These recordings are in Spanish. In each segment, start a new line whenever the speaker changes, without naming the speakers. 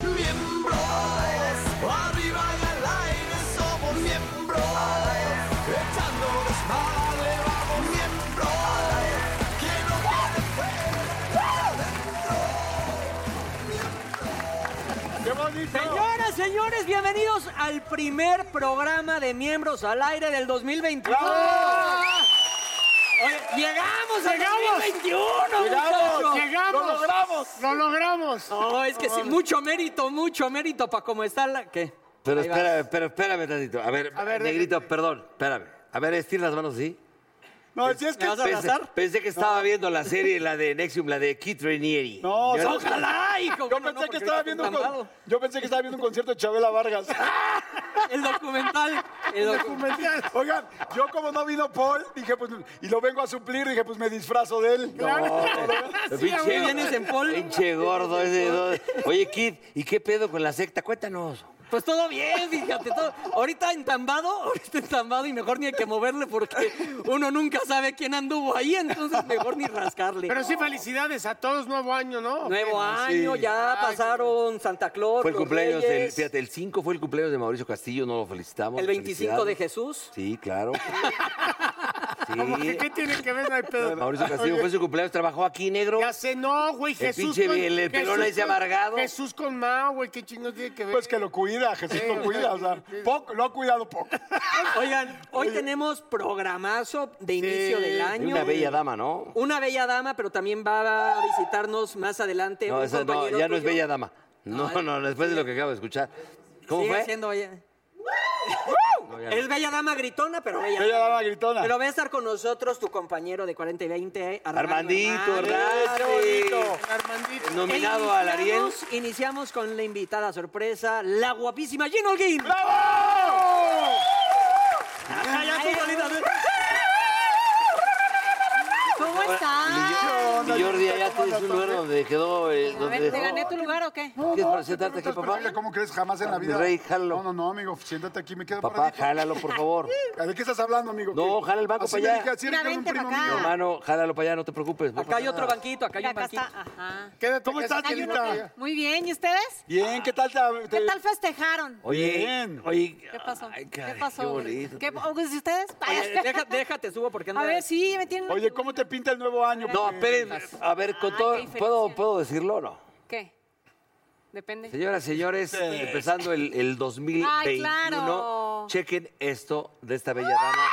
Miembros, arriba y al aire somos miembros, echando desmadre vamos miembros, que no tiene fe, adentro, miembros.
Señoras, señores, bienvenidos al primer programa de Miembros al Aire del 2021. Oye, llegamos al
Llegamos.
2021,
Llegamos,
muchachos.
llegamos.
¡Lo logramos!
Lo logramos.
No, es que sí, mucho mérito, mucho mérito para cómo está la... ¿Qué?
Pero
Ahí va.
espérame, pero espérame tantito. A ver,
ver,
negrito, perdón, espérame. A ver, estira las manos así.
No, si es que.
¿Me vas a
Pensé,
abrazar?
pensé que estaba viendo la serie, la de Nexium, la de Keith Raniere.
No,
Yo-
son-
Ojalá, hijo.
Yo
bueno, no,
pensé que
porque
estaba
ahorita
viendo
está
un con-
embambado.
Yo pensé que estaba viendo un concierto de Chabela Vargas.
El documental. El documental.
Oigan, yo como no vino Paul, dije, pues, y lo vengo a suplir, dije, pues me disfrazo de él.
Ah,
pinche,
vienes en pol.
pinche gordo ese. do- Oye, Keith, ¿y qué pedo con la secta? Cuéntanos.
Pues todo bien, fíjate. Todo. Ahorita entambado, ahorita entambado y mejor ni hay que moverle porque uno nunca sabe quién anduvo ahí, entonces mejor ni rascarle.
Pero sí, felicidades a todos, nuevo año, ¿no?
Nuevo año, ya pasaron Santa Claus.
pues, Fue el
los
cumpleaños del,
Reyes,
fíjate, el 5 fue el cumpleaños de Mauricio Castillo, no lo felicitamos.
el 25 de
felicidades.
Jesús.
Sí, claro.
Como que,
Sí.
¿Qué tiene que ver? No hay pedo.
Mauricio Castillo fue su cumpleaños, trabajó aquí negro.
Ya sé, no, güey, Jesús.
pinche el- el pelón ese
con-
amargado.
Jesús con Mao, güey, qué chingo tiene que ver.
Pues que lo cuida, Jesús lo cuida, o sea, poco, lo ha cuidado poco.
Oigan, hoy tenemos programazo de inicio del año.
De una bella dama, ¿no?
Una bella dama, pero también va a visitarnos más adelante.
No,
un
esa no,
compañero
ya no es
tuyo.
bella dama. No, no, después de lo que acabo de escuchar. ¿Cómo
Sigue
fue?
siendo bella. Es bella dama gritona, pero bella.
Ella daba gritona.
Pero va a estar con nosotros tu compañero de 40 y 20,
Armandito,
Hernández.
Hernández.
Armandito.
Nominado
E
al Ariel.
iniciamos- Iniciamos con la invitada sorpresa, la guapísima Gina Holguín.
¡Bravo!
Ah, ya tú solita, ¿no?
¿Cómo
¿Qué
estás?
Y
onda,
Jordi,
Lupita?
allá
¿Cómo
tienes un
andas,
lugar
padre?
donde quedó. eh,
A
donde
ver, ¿te gané tu lugar o qué?
¿Quieres para
No,
sentarte
te
aquí,
preguntas,
papá?
pero, oiga, ¿Cómo crees? Jamás en la vida.
Rey, jalo.
No, no, no, amigo, siéntate aquí, me quedo
Papá,
paradito.
jálalo, por favor.
¿De qué estás hablando, amigo?
No,
¿Qué?
jala el banco
Así
para
me
allá.
dije, así
Mira,
era un
vente
primo
para acá.
mío.
Hermano, jálalo para allá, no te preocupes. no
Acá
pasa
hay otro
nada.
banquito, acá hay
Mira,
un
acá
banquito.
está. Ajá.
Quédate ¿Cómo estás,
Ah. Hay uno
Angelita?
que- Muy bien, ¿y ustedes?
Bien, ¿qué tal? te-
¿Qué
te-
tal festejaron?
Oye,
Bien.
oye.
¿Qué pasó?
ay,
¿Qué
caray,
pasó?
Qué bonito.
¿Qué- o- ¿Y ustedes?
Oye, deja- déjate, subo porque anda.
A ver, sí, me tienen...
Oye, ¿cómo te pinta el nuevo año?
No,
Porque-
esperen. A ver, con
Ay,
todo.
Ah, qué diferencia.
¿puedo, ¿Puedo decirlo o no?
¿Qué? Depende.
Señoras, señores, empezando el, el 2021,
Ay, claro.
chequen esto de esta bella dama.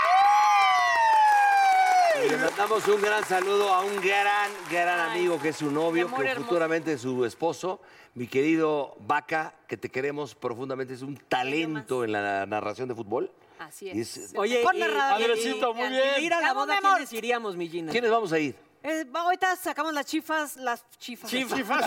Y Le mandamos un gran saludo a un gran, gran
Ay,
amigo que es su novio,
mi amor
que
hermoso.
futuramente es su esposo, mi querido Vaca, que te queremos profundamente, es un talento en la narración de fútbol.
Así
Y
es.
es-
Oye,
Mejor
y-
narrador.
Andresito, muy
Y-
bien.
Ir a la
Vamos,
boda,
mi amor.
¿quiénes iríamos, mi Gina?
¿Quiénes vamos a ir?
Eh, va, ahorita sacamos las chifas, las chifas.
Chifas.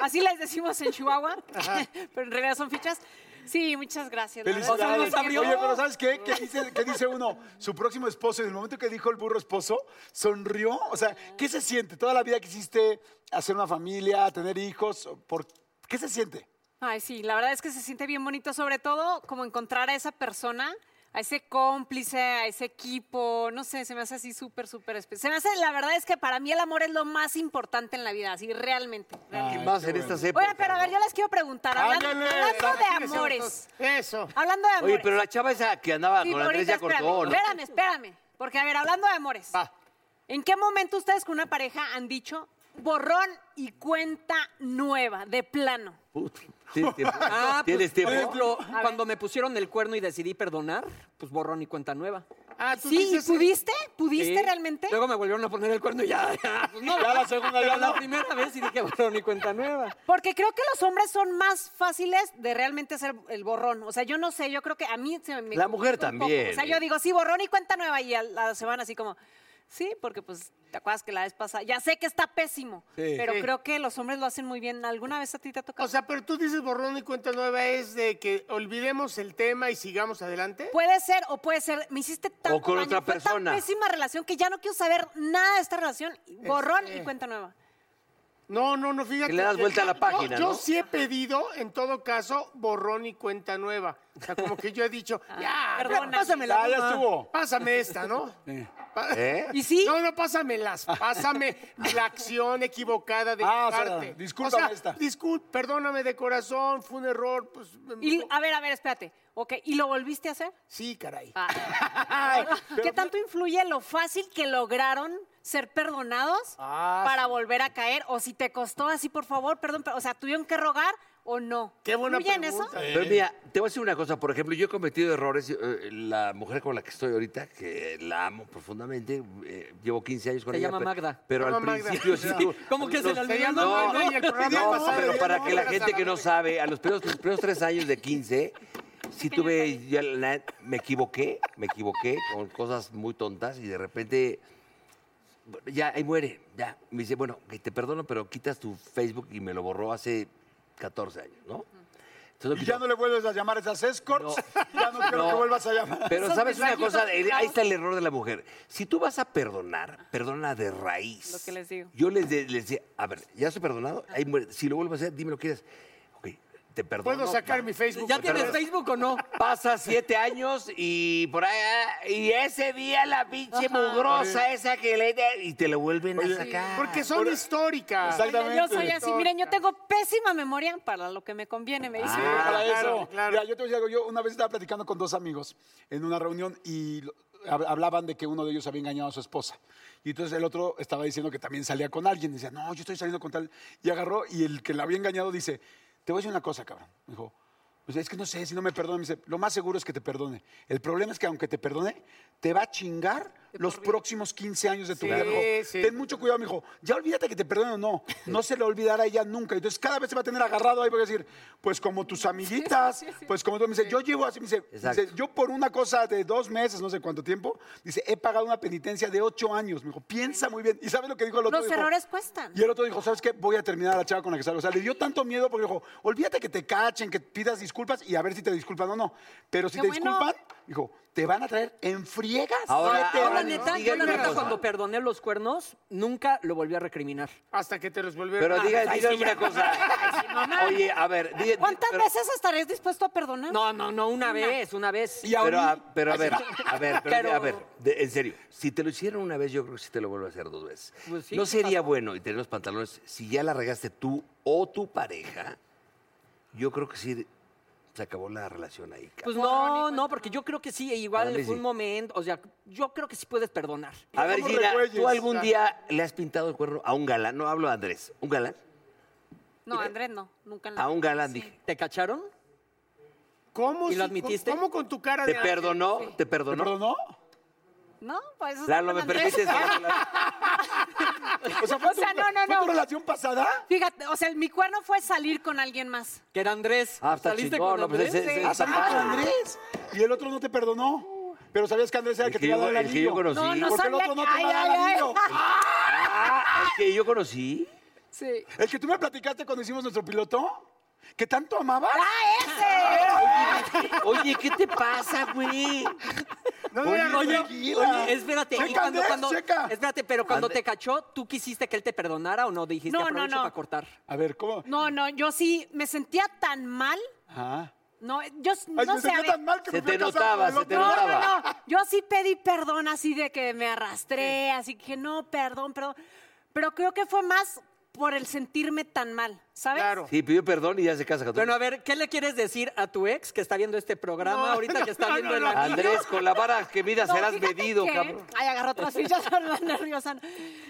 Así les decimos en Chihuahua, pero en realidad son fichas. Sí, muchas gracias. la verdad.
O sea, nos
Felicidades.
abrió.
Oye, pero ¿sabes qué? ¿Qué dice, qué dice uno? Su próximo esposo, en el momento que dijo el burro esposo, sonrió. O sea, ¿qué se siente? Toda la vida quisiste hacer una familia, tener hijos. ¿por ¿Qué se siente?
Ay, sí, la verdad es que se siente bien bonito, sobre todo como encontrar a esa persona, a ese cómplice, a ese equipo, no sé, se me hace así súper, súper especial. Se me hace, la verdad es que para mí el amor es lo más importante en la vida, así realmente. realmente.
¿Qué más en estas épocas?
Oigan, pero a ver, yo les quiero preguntar, hablando,
Ándale,
hablando de
imagínense
amores,
Eso.
hablando de amores.
Oye, pero la chava esa que andaba
Sí,
con Andrés
ahorita
ya cortó,
espérame, espérame,
¿no?
espérame, porque a ver, hablando de amores,
Va.
¿en qué momento ustedes con una pareja han dicho, borrón y cuenta nueva, de plano.
Puta, ¿Tienes tiempo?
Ah, pues,
¿Tienes tiempo?
por ejemplo, cuando me pusieron el cuerno y decidí perdonar, pues borrón y cuenta nueva.
Ah, ¿tú
Sí, ¿y
dices-
¿pudiste? ¿Pudiste
Sí.
realmente?
Luego me volvieron a poner el cuerno y ya. Ya, pues no,
Ya la segunda
pero
ya
la
no.
primera vez y dije borrón y cuenta nueva.
Porque creo que los hombres son más fáciles de realmente hacer el borrón. O sea, yo no sé, yo creo que a mí se me...
La mujer
complica un poco.
también,
O sea,
¿eh?
yo digo, sí, borrón y cuenta nueva. Y a la semana así como, sí, porque pues, ¿te acuerdas que la vez pasada? Ya sé que está pésimo, pero
Sí.
creo que los hombres lo hacen muy bien. ¿Alguna vez a ti te ha tocado?
O sea, pero tú dices borrón y cuenta nueva es de que olvidemos el tema y sigamos adelante.
Puede ser o puede ser, me hiciste tanto
con
daño,
otra
fue
persona.
tan pésima relación que ya no quiero saber nada de esta relación, borrón
Este.
y cuenta nueva.
No, no, no, fíjate.
Que le das vuelta a la
Yo-
página,
Yo,
¿no?
sí he pedido, en todo caso, borrón y cuenta nueva. O sea, como que yo he dicho, ya,
perdona.
pásame la
Ah, Ya, ya estuvo.
Pásame esta, ¿no? Pa-
¿Eh?
¿Y sí?
No, no, pásamelas. Pásame la acción equivocada de
Ah,
ah,
o sea,
parte.
discúlpame
O sea,
esta.
discul- perdóname de corazón, fue un error. Pues,
Y, a ver, a ver, espérate. Ok, ¿y lo volviste a hacer?
Sí, caray.
Ah. ¿Qué tanto influye lo fácil que lograron ser perdonados
Ah,
para volver a caer? O si te costó así, por favor, perdón, pero, o sea, ¿tuvieron que rogar o no?
Qué buena
¿Influye en
pregunta.
eso?
Pero mira, te voy a decir una cosa, por ejemplo, yo he cometido errores, eh, la mujer con la que estoy ahorita, que la amo profundamente, eh, llevo 15 años con
Se
ella.
llama
pe-
Magda.
Pero
Se
al
llama Magda.
principio sí.
No.
tú-
¿Cómo que se le
los-
Se
olvidó?
llama
No,
Magda y el programa
No,
pasado
pero
le
para
llamó
que la
Magda
gente que no
Salamanca.
sabe, a los primeros, los primeros tres años de 15, sí tuve, ya la- me equivoqué, me equivoqué con cosas muy tontas y de repente, bueno, ya ahí muere, ya. Me dice, bueno, que te perdono, pero quitas tu Facebook y me lo borró hace 14 años, ¿no? Entonces, lo
Y
quitó.
ya no le vuelves a llamar a esas escorts.
No.
Ya no quiero
No. Ah,
que vuelvas a llamar.
Pero
Esos
sabes una
mensajitos
cosa, El- ahí
privados.
está el error de la mujer. Si tú vas a perdonar, perdona de raíz.
Lo que les digo.
Yo les, de- les decía, a ver, ya estoy perdonado, ahí muere. si lo vuelvo a hacer, dime lo que quieras. Ok, te perdono.
¿Puedo sacar
va.
mi Facebook?
¿Ya
otra
tienes
vez?
Facebook o
Ah,
no?
Pasa siete años y por allá, y ese día la pinche mugrosa esa que le... Y te lo vuelven a sacar.
Porque son históricas.
Exacto.
Oigan, Yo soy
Exactamente.
así, miren,
Ah.
yo tengo pésima memoria para lo que me conviene, me dicen.
Sí, para
claro,
eso.
claro.
Mira, yo te voy a decir algo. Yo una vez estaba platicando con dos amigos en una reunión y lo- hab- hablaban de que uno de ellos había engañado a su esposa. Y entonces el otro estaba diciendo que también salía con alguien. Decía, no, yo estoy saliendo con tal. Y agarró y el que la había engañado dice, te voy a decir una cosa, cabrón. Me dijo, "Pues es que no sé si no me perdona. Me dice, lo más seguro es que te perdone. El problema es que aunque te perdone, te va a chingar los próximos 15 años de tu
Sí,
vida. Me dijo,
sí.
Ten mucho cuidado, me dijo. Ya olvídate que te perdone o no. No se le olvidará a ella nunca. Entonces cada vez se va a tener agarrado ahí porque va a decir, pues como tus amiguitas, pues como tú. Me dice, yo llevo así, me dice,
Exacto.
dice, yo por una cosa de dos meses, no sé cuánto tiempo, dice, he pagado una penitencia de ocho años. Me dijo, piensa muy bien. ¿Y sabes lo que dijo el otro?
Los
Dijo,
errores cuestan.
y el otro dijo, ¿sabes qué? Voy a terminar a la chava con la que salgo. O sea, le dio tanto miedo porque dijo, olvídate que te cachen, que pidas disculpas y a ver si te disculpan o no. Pero si
Qué
te
bueno.
disculpan, dijo, te van a traer en friegas.
Ahora-
Ay, te
Yo
ahora
la
van-
neta, yo
Díganme
la
una
neta
cosa.
cuando perdoné los cuernos, nunca lo volví a recriminar.
Hasta que te los volvieron.
Pero
a-
diga,
Ay,
díganme
sí,
una cosa. Oye, a ver, diga- diga-
¿Cuántas
pero-
veces estarías dispuesto a perdonar?
No, no, no, una vez, una vez.
Y a
Pero,
mí-
a, pero a ver, a ver, pero,
Pero-
a ver, de- en serio, si te lo hicieron una vez, yo creo que sí te lo vuelvo a hacer dos veces.
Pues sí,
no
¿qué
sería bueno, y tener los pantalones, si ya la regaste tú o tu pareja, yo creo que sí se acabó la relación ahí. cabrón.
Pues no, no, porque yo creo que sí,
Para
igual
mí
fue un
sí.
momento, o sea, yo creo que sí puedes perdonar.
a ver,
¿cómo
Gina, ¿tú
recuelles?
algún
Ah.
día le has pintado el cuerno a un galán? No hablo a Andrés, ¿un galán?
No, Andrés, no, nunca. en la-
A un galán, dije.
¿Te cacharon?
¿Cómo,
Pues
¿Y lo
sí?
admitiste?
¿Cómo con tu cara
¿Te
de
perdonó? ¿Te
¿Te
perdonó?
perdonó?
No, pues eso
Lalo, ¿me permites?
O sea, ¿fue,
O sea,
tu,
no, no,
¿fue tu
no.
relación pasada?
Fíjate, o sea, mi cuerno fue salir con alguien más.
Que era Andrés.
Ah, está
¿Saliste
chingón,
con
no, pues
Andrés?
ese- ese-
Ah, salí con Andrés. Y el otro no te perdonó. Pero sabías que Andrés era el
El
que te
que
iba a
yo,
dar el
el que yo
anillo.
conocí.
No, no
Porque el
sabía
otro no
que-
te va a
ay, ay,
dar
ay.
anillo.
Ah, el que yo conocí.
Sí.
El que tú me platicaste cuando hicimos nuestro piloto, que tanto amaba.
Ah, eh.
Oye, ¿qué te pasa, güey?
No,
Oye,
no,
Oye,
tranquila.
oye, espérate, y
Checa,
cuando-
Andrés,
cuando-
checa.
espérate, pero cuando
Ande-
te cachó, ¿tú quisiste que él te perdonara o no? Dijiste
No, no,
aprovecho
no.
para cortar.
A ver, ¿cómo?
No, no, yo sí me sentía tan mal.
Ajá.
No, yo s-
Ay,
no
me
sé. a
sentía
ver,
tan mal que
Se
me fui
te
a casar
notaba,
con el
se te
otro.
no,
notaba.
no, no. Yo sí pedí perdón así de que me arrastré, así que no, perdón, perdón. Pero creo que fue más por el sentirme tan mal, ¿sabes?
Claro.
Sí, pidió perdón y ya se casa con
Bueno, a ver, ¿qué le quieres decir a tu ex que está viendo este programa
No,
ahorita
no,
que está
no,
viendo
no,
el
no.
anillo?
Andrés, con la vara que vida
No,
serás
fíjate
medido,
que-
cabrón.
Ay, agarró otras fichas, la nerviosa.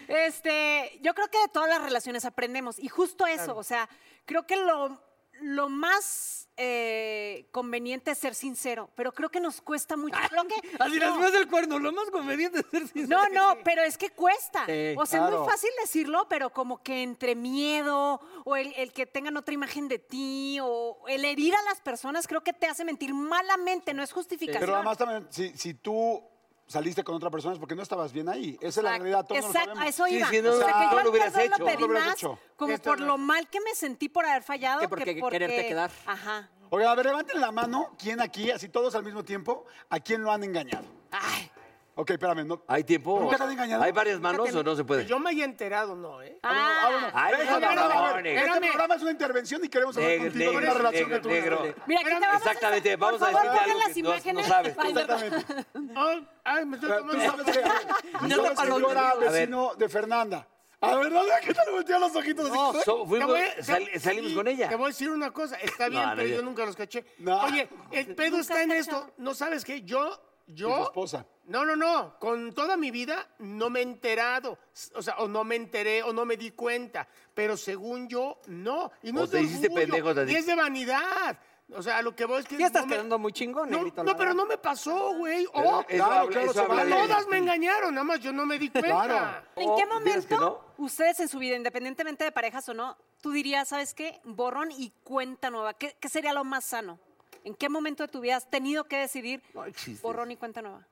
Este, yo creo que de todas las relaciones aprendemos. Y justo eso, o sea, creo que lo, lo más eh, conveniente es ser sincero, pero creo que nos cuesta mucho. Creo que,
Así las
no.
mías del cuerno, lo más conveniente es ser sincero.
No, no, pero es que cuesta.
Sí,
o sea, es
claro.
muy fácil decirlo, pero como que entre miedo o el, el que tengan otra imagen de ti o el herir a las personas, creo que te hace mentir malamente, no es justificación.
Pero además también, si, si tú saliste con otra persona es porque no estabas bien ahí. Esa es la realidad, todos
Exacto,
lo
a
sabemos.
eso
Sí,
iba.
si no,
o sea, que
no
yo
lo
el
hubieras
perdón
hecho.
lo
No
pedí
lo hubieras
más
hecho.
como
Esto
por
no.
lo mal que me sentí por haber fallado.
Que porque quererte quedar.
Ajá.
Oigan, a ver, levanten la mano, ¿quién aquí, así todos al mismo tiempo, a quién lo han engañado?
Ay,
Ok, espérame, no.
¿Hay tiempo?
¿Nunca te han engañado?
¿Hay varias manos o no se puede?
Yo me haya enterado, no, ¿eh?
ah,
Ay,
Espérame,
no,
espérame,
no,
a ver,
no,
este
espérame.
programa es una intervención y queremos hablar
Negro,
contigo de una
negro,
relación que
negro,
tuviste.
negro.
Ah. Mira, aquí te vamos
Exactamente,
a
vamos
por
a
favor, pongan
decirte algo
las
que no-
imágenes
no sabes.
para el-
Exactamente.
Ay, Ah, ay, me estoy
Ah, Pero Tú
tomando...
sabes que, tú
Ya
sabes
está
que
para
yo era
los-
A ver.
vecino de Fernanda. A ver, ¿dónde? ¿Qué tal le volteó los ojitos? así?
No, so- fuimos-
Te voy a-
sal-
te-
salimos
sí,
con ella.
Te voy a decir una cosa, está bien,
no,
pero
yo-
yo nunca los caché.
No.
Oye, el pedo está en esto. No sabes qué, yo,
Y su
yo.
esposa.
No, no, no. Con toda mi vida no me he enterado. O sea, o no me enteré, o no me di cuenta. Pero según yo, no. Y no
O
es de
te hiciste
orgullo,
pendejo, te
Y
di-
es de vanidad. O sea, lo que voy es que.
Ya estás
no me-
quedando muy chingón,
No,
negrito, la
no, pero
verdad.
no me pasó, güey.
Pero
Oh,
eso
claro,
habla-
claro,
eso
se
habla
vale.
de-
todas me engañaron, nada más yo no me di cuenta.
Claro.
¿En qué
Oh, ¿dices que
momento
no?
ustedes en su vida, independientemente de parejas o no, tú dirías, ¿sabes qué? Borrón y cuenta nueva. ¿Qué, qué sería lo más sano? ¿En qué momento de tu vida has tenido que decidir
No existe
borrón y cuenta nueva?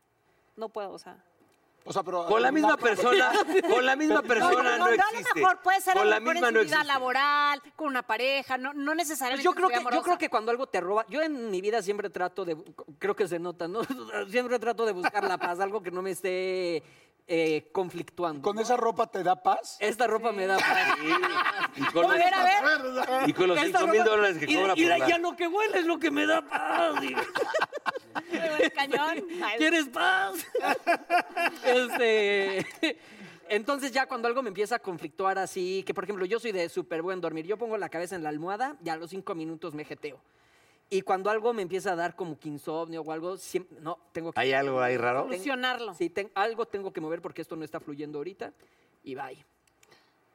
No puedo, o sea.
O sea, pero...
Con la misma persona, con la misma persona no,
no, no, a lo
existe.
mejor puede ser a
con
lo
la
mejor
misma
en su
no
vida
existe.
laboral, con una pareja, no, no
Pues
necesariamente.
yo
en su
creo
vida
que yo
amorosa.
creo que cuando algo te roba, yo en mi vida siempre trato de, creo que se nota, ¿no? Siempre trato de buscar la paz, algo que no me esté eh, conflictuando.
¿Con esa ropa te da paz?
Esta ropa me da paz.
Y con
A
los-
ver, a ver.
Y con los
Esta
5 mil
ropa-
dólares que
y-
cobra
y,
por la...
ya lo que huele es lo que me da paz. y-
El cañón. Ay,
¿Quieres paz? Este, Entonces ya cuando algo me empieza a conflictuar así, que por ejemplo yo soy de súper buen dormir, yo pongo la cabeza en la almohada y a los cinco minutos me jeteo. Y cuando algo me empieza a dar como que insomnio o algo, siem- no, tengo que...
¿Hay algo ahí raro?
Solucionarlo.
Sí, ten- algo tengo que mover porque esto no está fluyendo ahorita. Y bye.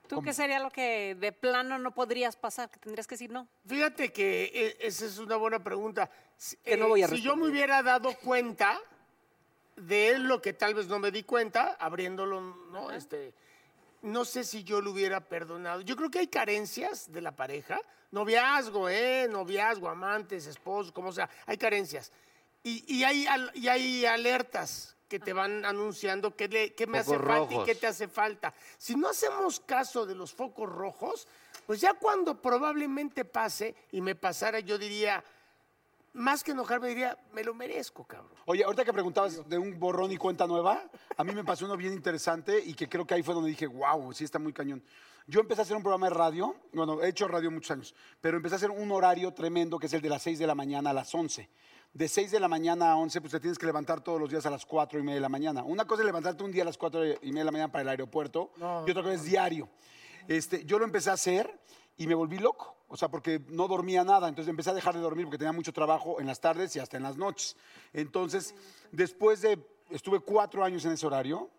¿Tú qué sería lo que de plano no podrías pasar? Que tendrías que decir no.
Fíjate que eh, esa es una buena pregunta. Si, eh,
Que no voy a
si yo me
responder.
hubiera dado cuenta de lo que tal vez no me di cuenta, abriéndolo, ¿no? Este, no sé si yo lo hubiera perdonado. Yo creo que hay carencias de la pareja. Noviazgo, ¿eh? Noviazgo, amantes, esposos, como sea. Hay carencias. Y, y hay, al- y hay alertas que te van anunciando qué, le- qué me hace
Focos
falta y
rojos.
qué te hace falta. Si no hacemos caso de los focos rojos, pues ya cuando probablemente pase y me pasara, yo diría, más que enojarme, diría, me lo merezco, cabrón.
Oye, ahorita que preguntabas de un borrón y cuenta nueva, a mí me pasó uno bien interesante y que creo que ahí fue donde dije, wow, sí está muy cañón. Yo empecé a hacer un programa de radio, bueno, he hecho radio muchos años, pero empecé a hacer un horario tremendo que es el de las 6 de la mañana a las 11. De 6 de la mañana a 11, pues te tienes que levantar todos los días a las 4 y media de la mañana. Una cosa es levantarte un día a las 4 y media de la mañana para el aeropuerto y otra cosa es diario. Este, yo lo empecé a hacer y me volví loco. O sea, porque no dormía nada. Entonces empecé a dejar de dormir porque tenía mucho trabajo en las tardes y hasta en las noches. Entonces, después de. Estuve cuatro años en ese horario.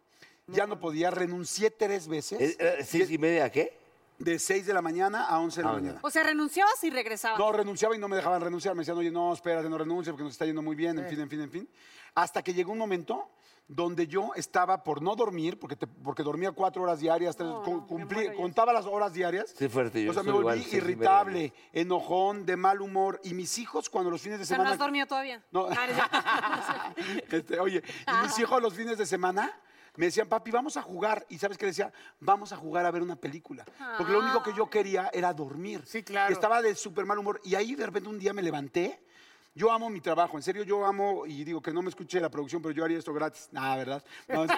Ya no podía, renuncié tres veces.
Eh, eh, ¿Seis y media qué?
De 6 de la mañana a 11 de la
Ah, ya.
mañana.
O sea, renunciabas y regresabas.
No, renunciaba y no me dejaban renunciar. Me decían, oye, no, espérate, no renuncies porque nos está yendo muy bien, en fin, en fin, en fin. Hasta que llegó un momento donde yo estaba por no dormir, porque, te- porque dormía cuatro horas diarias, tres- cu- cumplí- contaba las horas diarias.
Sí, fuerte, yo
O sea, me
estoy igual,
volví
seis y media.
irritable, enojón, de mal humor. Y mis hijos, cuando los fines de
O sea, no
semana...
has dormido todavía.
No.
Ah, eres-
Este, oye, y mis hijos los fines de semana me decían, papi, vamos a jugar. Y sabes qué decía, vamos a jugar a ver una película. Porque lo único que yo quería era dormir.
Sí, claro.
Estaba de súper mal humor. Y ahí de repente un día me levanté. Yo amo mi trabajo, en serio, yo amo, y digo que no me escuche la producción, pero yo haría esto gratis. Nada, ¿verdad? No, es-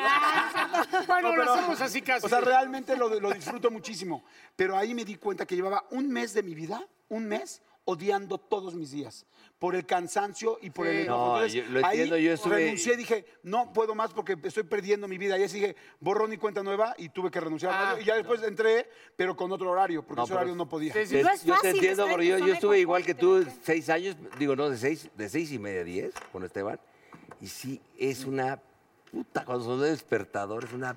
Bueno,
no,
lo
pero-
hacemos así casi.
O sea, realmente lo, lo disfruto muchísimo. Pero ahí me di cuenta que llevaba un mes de mi vida, un mes odiando todos mis días por el cansancio y por el
Sí.
enojo.
Eh, No,
Entonces,
yo- lo entiendo,
ahí
yo estuve-
renuncié, dije, no puedo más porque estoy perdiendo mi vida. Y así dije, borrón y cuenta nueva y tuve que renunciar.
Ah,
y ya después entré, pero con otro horario, porque
No,
ese
pero-
horario no podía.
Sí, sí.
Te-
No es
yo te
fácil
entiendo,
estar en
porque
tu
yo,
zona
yo
de
estuve igual que tú,
confort,
seis años, digo, no, de seis, de seis y media a diez con Esteban. Y sí, es una puta, cuando son despertadores, una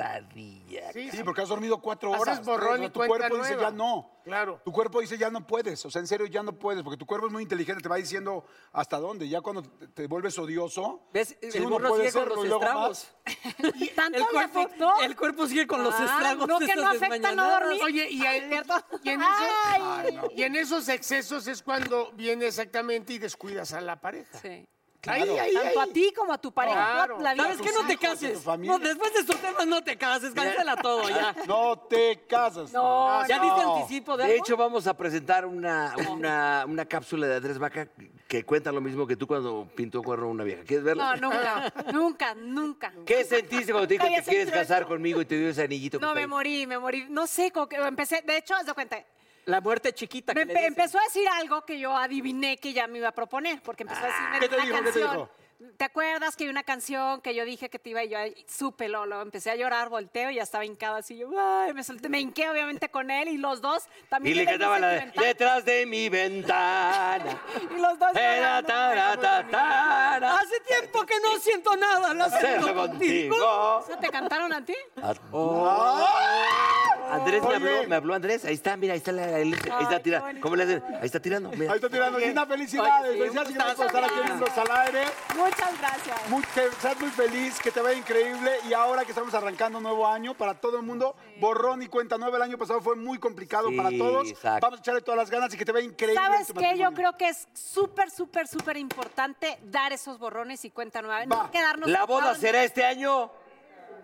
pesadilla.
Sí,
Sí, porque has dormido cuatro
Haces
horas.
borrón
tres,
y
¿no? tu
cuenta
cuerpo dice
nueva.
ya no.
Claro.
Tu cuerpo dice ya no puedes. O sea, en serio ya no puedes, porque tu cuerpo es muy inteligente, te va diciendo hasta dónde. Ya cuando te, te vuelves odioso.
¿Ves?
sí,
el
uno
burro
puede
sigue con
serlo,
los
y luego
estragos.
más.
¿Tanto
el,
le
cuerpo,
afectó?
el cuerpo sigue con los
Ah,
estragos.
no,
de
que no
estas
afecta no
desmañanadas.
dormir.
Oye, y, a- y en eso-
Ah,
y en esos excesos es cuando viene exactamente y descuidas a la pareja.
Sí.
Ahí, ahí,
Tanto a
ahí.
ti como a tu pareja.
Claro.
La vida
¿Sabes
es
qué? No te
hijos, de tu
cases.
familia.
No, después de estos temas no te cases. Cancela todo ya.
No te casas.
No, Ah, ¿Ya diste
no.
anticipo de,
De
algo?
hecho, vamos a presentar una, una, una cápsula de Andrés Vaca que cuenta lo mismo que tú cuando pintó cuerno a una vieja. ¿Quieres verla?
No, nunca, nunca, nunca.
¿Qué sentiste cuando te dijo
Nunca
que
había
quieres
sentido
casar este
eso.
conmigo y te dio ese anillito? que
No,
está
me
ahí?
morí, me morí. No sé, como que empecé, de hecho, haz de cuenta,
La muerte chiquita.
me
que le
empe-
dicen.
Em, empezó a decir algo que yo adiviné que ya me iba a proponer, porque
Ah.
empezó a decirme
¿qué
de
te
una
dijo? ¿Qué te
canción.
dijo?
¿Te acuerdas que hay una canción que yo dije que te iba y yo ay, supe, lo, lo empecé a llorar, volteo y ya estaba hincada así, yo ay, me solté, me hinqué obviamente con él y los dos
Y
también.
le
yo vengo
cantaba la de
sentimental,
detrás de mi ventana.
Y los dos
Era
llorando,
tara,
bueno,
Eh, ta, tara.
Hace tiempo que no siento nada. La
Hacerlo contigo.
¿Eso ¿Te cantaron a ti?
¡Ah!
Andrés me
Oye.
habló, me habló Andrés. Ahí está, mira, ahí está la,
Ay,
ahí está
qué
tira.
bonito.
¿Cómo le hacen? Ahí está tirando. mira.
Ahí está tirando. Linda, felicidades.
Oye, sí,
Felicidades
un
y gracias por estar
gustazo.
aquí en Miembros al Aire.
Muchas gracias.
Muy- que seas muy feliz, que te vaya increíble. Y ahora que estamos arrancando un nuevo año, para todo el mundo, borrón y cuenta nueva. El año pasado fue muy complicado
Sí,
para todos.
exacto.
Vamos a echarle todas las ganas y que te vaya increíble. en
¿Sabes
tu
qué? Yo
matrimonio.
creo que es súper, súper, súper importante dar esos borrones y cuenta nueva. No
Va.
quedarnos.
¿La boda
atados.
será este año?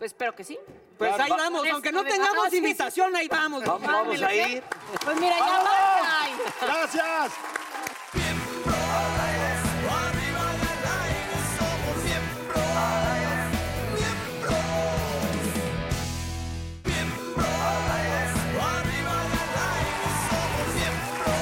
Pues espero que sí.
Pues ahí
Va-
vamos.
Esto
Aunque no
de- Ah,
tengamos
sí, sí,
invitación, ahí vamos.
Vamos, vamos a ir.
Pues mira, ya
¡Vamos!
va. Ay.
Gracias.
Arriba y al aire somos miembros, miembros, miembros. Arriba y al aire somos miembros,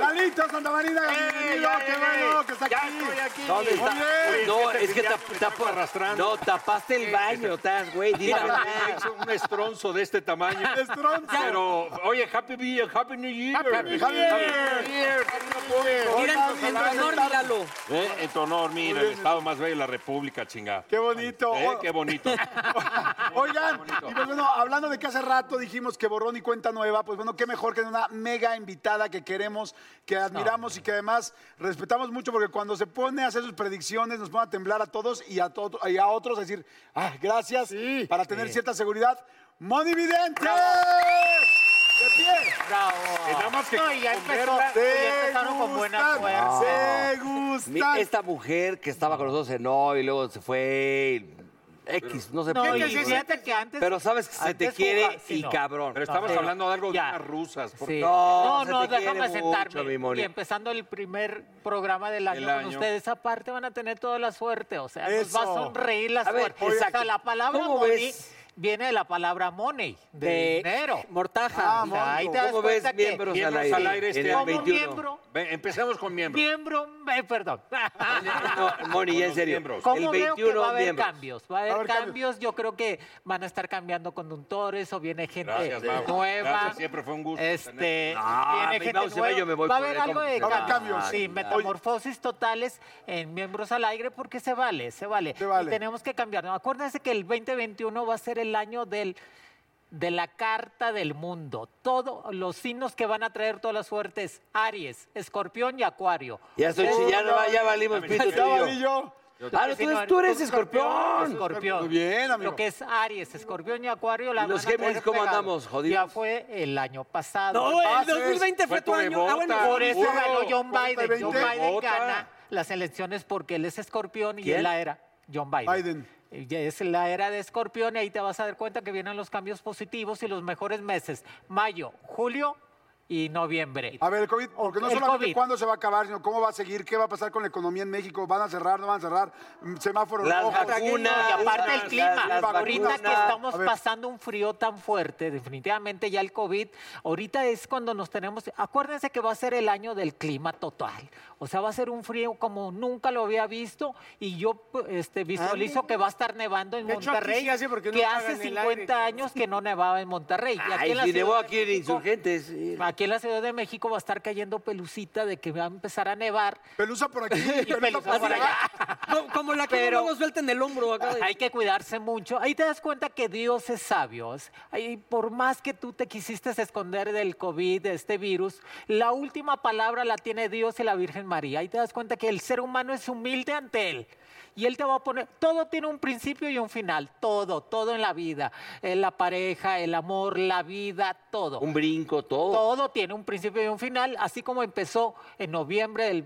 Lalito Santa Marina,
Eh,
bienvenido.
ya
Qué
llegué.
bueno que está
Ya
aquí.
estoy aquí.
¿Dónde está?
Oye,
no,
este
es que
que ya
tap-
me saco
tapa-
arrastrando.
No, tapaste el baño, estás, güey. Dime,
Mira, es un estronzo de este tamaño.
Estronzo.
Pero, oye, Happy, New Year, Happy New Year.
Happy New Year.
Mira, en tu-
Oigan,
en tu honor,
presentamos-
míralo.
Eh, en tu honor, mira, el estado más bello de la República, chingada.
Qué bonito.
Eh, qué bonito.
Oigan, y pues bueno, hablando de que hace rato dijimos que borrón y cuenta nueva, pues bueno, qué mejor que una mega invitada que queremos, que admiramos y que además respetamos mucho porque cuando se pone a hacer sus predicciones nos pone a temblar a todos y a, to- y a otros a decir, ah, gracias, para tener cierta seguridad. ¡Moni Vidente! ¡De pie!
Que nada más que
No, y ya
con
empezó.
verla-
empezaron con buena ¡Se
mi-
gustan!
esta mujer que estaba con nosotros no y luego se fue. X, no sé
No,
por
y
qué.
fíjate que antes.
Pero sabes que se te
antes
quiere
fuga, sí,
y
no.
cabrón.
Pero estamos
No,
hablando de algo de
ya.
unas rusas. porque-
Sí.
No,
No,
se
no,
te quiere
déjame
mucho,
sentarme.
mi Moni.
y empezando el primer programa del año,
El
con
año.
ustedes, aparte van a tener toda la suerte. O sea, nos va
Eso.
a sonreír la
A ver,
suerte. o
exacto.
sea, la palabra
¿Cómo
money
ves?
viene de la palabra money, de, dinero. Ah,
Mortaja.
O sea, ahí te das
¿Cómo ves
cuenta que
miembros,
miembros
al aire,
al aire este
en el
año?
como
21?
miembro,
Ve, empecemos con miembros.
miembro, eh, perdón.
No, Moni, ya en
los
serio.
miembros.
¿Cómo
el
veo
21
que va a haber
miembros.
cambios? Va a haber,
haber cambios.
cambios. yo creo que van a estar cambiando conductores o viene gente
Gracias, Mau.
nueva.
Gracias, siempre fue un gusto
Este,
Ah, mi
viene
Mau
gente
se va,
nueva.
yo me voy
va a
con
haber
él.
algo de
Va a haber
cambios.
Sí, metamorfosis totales en miembros al aire porque se vale, se vale.
Se
Y
vale.
tenemos que cambiar. No, acuérdense que el 2021 va a ser el año del de la carta del mundo. Todos los signos que van a traer todas las suertes, Aries, Escorpión y Acuario.
Ya estoy chillando, va, ya valimos pito
Ya
tú
valí
y yo.
yo.
Ah, no, tú eres, tú eres escorpión.
Escorpión.
Muy bien, amigo.
Lo que es Aries, Escorpión y Acuario. La
¿Y los
van a
Géminis
traer
cómo
pegado.
andamos, jodidos?
Ya fue el año pasado.
No, el
pases.
2020 fue
Fue
tu
tu
año. Ah, bueno,
rebota.
Por eso
Puro,
ganó John Biden.
40-20.
John Biden
Vota.
gana las elecciones porque él es escorpión y
¿Quién?
él la era John Biden.
Biden.
Y ya Es la era de escorpión y ahí te vas a dar cuenta que vienen los cambios positivos y los mejores meses. Mayo, julio y noviembre.
A ver, el COVID, porque no
El
solamente
COVID.
cuándo se va a acabar, sino cómo va a seguir, qué va a pasar con la economía en México, van a cerrar, no van a cerrar, mm, semáforo
Las
rojo.
vacunas,
tranquilo,
Y aparte el
Las-
clima.
las
ahorita que
vacunas.
estamos
A ver.
pasando un frío tan fuerte, definitivamente ya el COVID, ahorita es cuando nos tenemos... Acuérdense que va a ser el año del clima total. O sea, va a ser un frío como nunca lo había visto y yo pu- este, visualizo que va a estar nevando en
Ah, De hecho, aquí
Monterrey,
sí hace porque no
que
pagan
hace
el aire.
50 años que no nevaba en Monterrey. Y aquí
Ay,
en la
si
Ciudad
nevó
de
aquí en
México-
Insurgentes. eh, sí.
Aquí en la Ciudad de México va a estar cayendo pelucita de que va a empezar a nevar.
Pelusa por aquí,
Y
pelusa
pelusa
por
por
allá.
allá.
Co- Como la que
Pero-
luego suelta en el hombro acá. de-
Hay que cuidarse mucho. Ahí te das cuenta que Dios es sabio. Y por más que tú te quisiste esconder del COVID, de este virus, la última palabra la tiene Dios y la Virgen María. Ahí te das cuenta que el ser humano es humilde ante Él. Y Él te va a poner, todo tiene un principio y un final, todo, todo en la vida, en la pareja, el amor, la vida, todo.
Un brinco, todo.
Todo tiene un principio y un final, así como empezó en noviembre del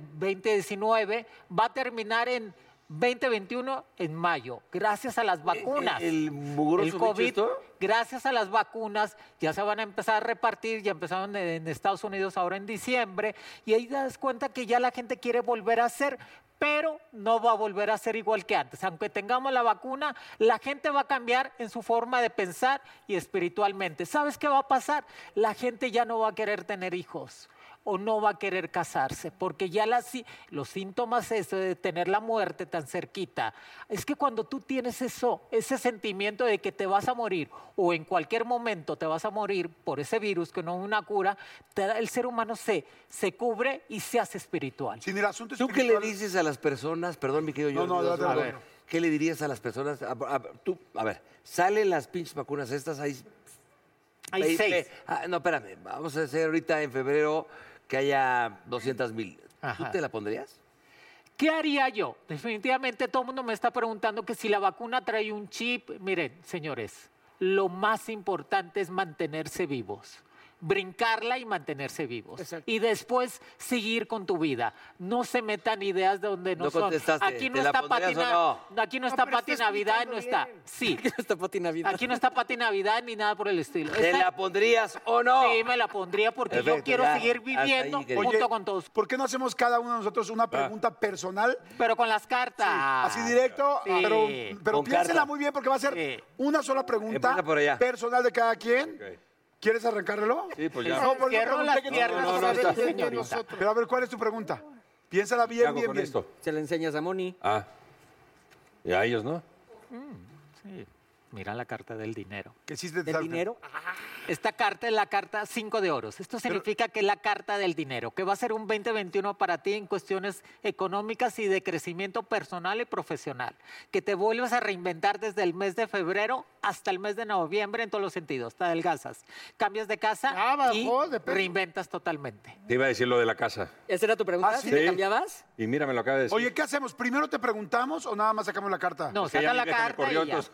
2019, va a terminar en 2021 en mayo, gracias a las vacunas.
Eh, el mugroso bicho esto?
gracias a las vacunas, ya se van a empezar a repartir, ya empezaron en Estados Unidos ahora en diciembre, y ahí te das cuenta que ya la gente quiere volver a hacer, pero no va a volver a ser igual que antes. Aunque tengamos la vacuna, la gente va a cambiar en su forma de pensar y espiritualmente. ¿Sabes qué va a pasar? La gente ya no va a querer tener hijos o no va a querer casarse, porque ya las sí- los síntomas eso de tener la muerte tan cerquita, es que cuando tú tienes eso, ese sentimiento de que te vas a morir o en cualquier momento te vas a morir por ese virus que no es una cura, te da- el ser humano se, se cubre y se hace espiritual.
Sin el asunto
¿Tú qué le
espiritual,
dices a las personas? Perdón, mi querido
No,
Jordi,
no,
dos
adelante,
segundos.
adelante.
¿Qué le dirías a las personas? A, a- tú, a ver, salen las pinches vacunas estas, hay...
Hay
ve-
seis.
ve- ah, no, espérame, vamos a hacer ahorita en febrero que haya 200 mil. ¿Tú
Ajá.
te la pondrías?
¿Qué haría yo? Definitivamente todo el mundo me está preguntando que si la vacuna trae un chip. Miren, señores, lo más importante es mantenerse vivos. Brincarla y mantenerse vivos. Y después seguir con tu vida. No se metan ideas de donde no,
No
son.
contestaste,
Aquí
¿te
no
la
está
pondrías
patina.
o
Aquí no
No,
está
pero
pati
está
Navidad, no está.
explicando bien.
Sí.
Esta pati Navidad.
Aquí no está pati Navidad ni nada por el estilo.
¿Te
Esta-
la pondrías o no?
Sí, me la pondría porque yo
Perfecto,
quiero
ya.
seguir
Hasta ahí,
viviendo
querido.
junto
Oye,
con todos.
¿Por qué no hacemos cada uno de nosotros una pregunta personal?
Pero con las cartas.
Así directo,
Sí.
pero, pero
Con
piénsela
carta.
muy bien porque va a ser
Sí.
una sola
Empieza
pregunta
por allá.
personal de cada quien.
Ok.
¿Quieres arrancarlo?
Sí, pues ya.
No, porque
Cierro
pregunté
las
que no-
piernas
no, no,
para
no,
ver
está-
quién de nosotros.
Pero a ver, ¿cuál es tu pregunta? Piénsala
¿Qué
bien,
hago
bien,
con
bien.
esto?
Se la enseñas a Moni.
Ah. Y a ellos, ¿no?
Sí, Eh, Mira la carta del dinero.
Que sí te
¿Del dinero?
Esta carta es la carta 5 de oros. Esto significa que es la carta del dinero, que va a ser un 2021 para ti en cuestiones económicas y de crecimiento personal y profesional, que te vuelves a reinventar desde el mes de febrero hasta el mes de noviembre en todos los sentidos. Te adelgazas, cambias de casa
Ah, bajó
y
de peso.
reinventas totalmente.
Te iba a decir lo de la casa.
¿Esa era tu pregunta?
¿Ah,
¿Si
sí?
te cambiabas?
Y mira, me lo acaba de decir.
Oye, ¿qué hacemos? ¿Primero te preguntamos o nada más sacamos la carta?
No,
Que ya
saca
mi
la
vieja Ah, pues me
carta
corrió,
y ya.
entonces,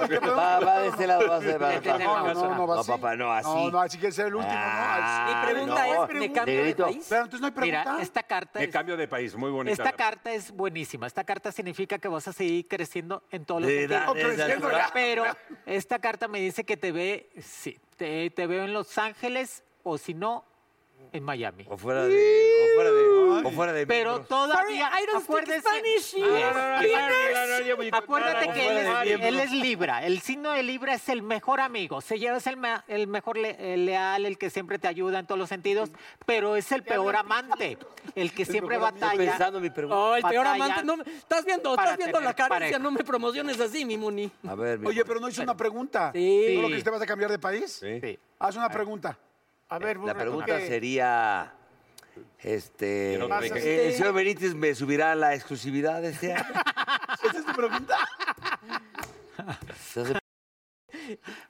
te pregunto-
Va, va de este lado, va a ser... va-
De tener
No,
va-
no, no, va
No,
así.
papá, no, así.
No, no, así que ser el último, ¿no? Así.
Ah,
Mi pregunta
no.
es, ¿me cambio de
Negrito,
país?
Pero entonces no hay pregunta.
Mira, esta carta
Me
es...
cambio de país, muy bonita.
Esta carta es buenísima. Esta carta significa que vas a seguir creciendo en todos los
De edad,
sentidos.
de edad, Creciendo, de edad. ya.
Pero esta carta me dice que te ve, sí, te, te veo en Los Ángeles o si no, en Miami.
O fuera de... O fuera de... O fuera de...
Pero todavía,
Sorry, I don't speak
acuérdese, Ah,
Spanish.
Yes.
No, no, no, no, no, no, yo voy-
Acuérdate
no,
que
no,
él
no, no,
es,
no,
él es Libra. El signo de Libra es el mejor amigo. Se lleva es el, ma- el mejor le- el leal, el que siempre te ayuda en todos los sentidos, pero es el peor amante, el que siempre
Estoy
batalla.
pensando mi pregunta.
Oh, el peor
Batalla
amante. No, me- estás viendo,
para
estás viendo la
tener
carencia.
pareja.
No me promociones así, mi Moni.
A ver, mi
Oh. Oye, pero no hizo una pregunta.
Sí.
¿No lo que te vas a cambiar de país?
Sí.
Sí.
Haz una pregunta.
A ver,
La
burra, ¿tú
pregunta
qué?
sería, este,
Quiero que-
eh, ¿el señor Benítez me subirá la exclusividad de este año?
¿Esa es tu pregunta?
Entonces,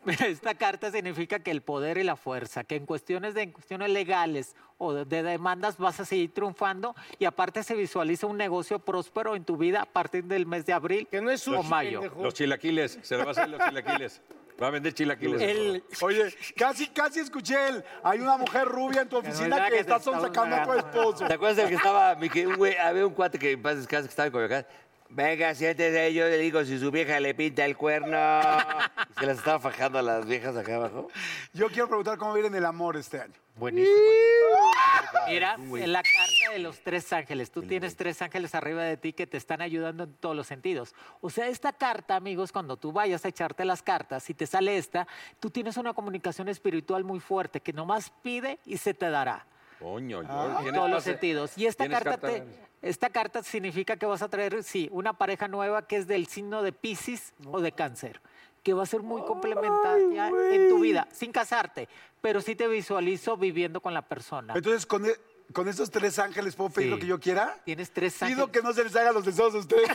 Mira, esta carta significa que el poder y la fuerza, que en cuestiones de en cuestiones legales o de, de demandas vas a seguir triunfando y aparte se visualiza un negocio próspero en tu vida a partir del mes de abril
Que no es sushi,
o mayo.
pendejo.
Los chilaquiles, se le va a hacer los chilaquiles. Va a vender chilaquiles.
El,
Oye, casi, casi escuché el. Hay una mujer rubia en tu oficina
ya
que
que
está
te estamos
sonsacando a tu esposo.
¿Te acuerdas del que estaba, mi que- un güey, había un cuate que en paz descanse que estaba en Coyoacán? Venga, siéntese, yo le digo si su vieja le pinta el cuerno. Y se las estaba fajando a las viejas acá abajo.
Yo quiero preguntar cómo viene el amor este año.
Buenísimo. Mira, en la carta de los tres ángeles. Tú tienes tres ángeles arriba de ti que te están ayudando en todos los sentidos. O sea, esta carta, amigos, cuando tú vayas a echarte las cartas, si te sale esta, tú tienes una comunicación espiritual muy fuerte que nomás pide y se te dará.
Coño, yo.
Ah, En
¿tienes
todos los
pase?
sentidos. Y esta
¿Tienes
carta, te-
carta?
esta carta significa que vas a traer, sí, una pareja nueva que es del signo de Pisces o de Cáncer, que va a ser muy complementaria en tu vida, sin casarte, pero sí te visualizo viviendo con la persona.
Entonces, con, e- con estos tres ángeles, ¿puedo pedir
Sí.
lo que yo quiera?
Tienes tres años.
Pido que no se les haga los deseos a ustedes.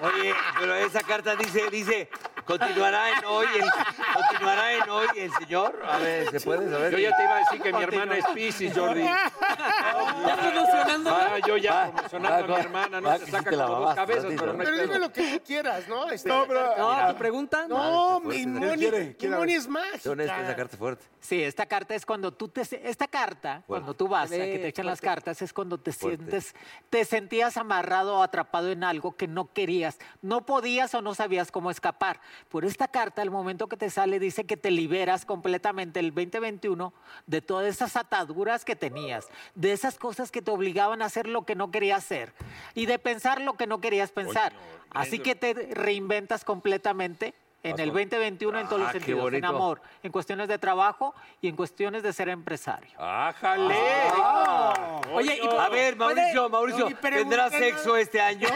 Oye, pero esa carta dice, dice, continuará en hoy, el, continuará en hoy el señor. A ver, ¿se puede saber?
Yo ya te iba a decir que mi hermana es Pisces, Jordi.
Ya promocionando.
Ah, yo ya
Va,
promocionando a
va,
mi hermana,
va,
no
que
se
sí
saca
te la
como dos
babaste,
cabezas,
Jordi,
pero no hay
Pero dime
pedo.
lo que tú quieras, ¿no? Este,
No, pero-
No, tu pregunta.
No,
Fuerte,
mi
fuerte.
Moni,
Quiere,
mi
quiere
Moni
ver.
es mágica.
Son estas, esa carta fuerte.
Sí, esta carta es cuando tú te... se- Esta carta, cuando tú vas a que
Fuerte,
te echan las
fuerte.
cartas, es cuando te
Fuerte.
sientes... Te sentías amarrado o atrapado en algo que no querías. No podías o no sabías cómo escapar. Por esta carta, el momento que te sale, dice que te liberas completamente el 2021 de todas esas ataduras que tenías, de esas cosas que te obligaban a hacer lo que no querías hacer y de pensar lo que no querías pensar. Así que te reinventas completamente en el 2021 en todos los
Ah, qué
sentidos, en
bonito.
amor, en cuestiones de trabajo y en cuestiones de ser empresario.
¡Ájale!
Ah,
Oye, y-
A
Puede-
ver, Mauricio, Mauricio,
mi pregunta
¿tendrá
no-
sexo este año?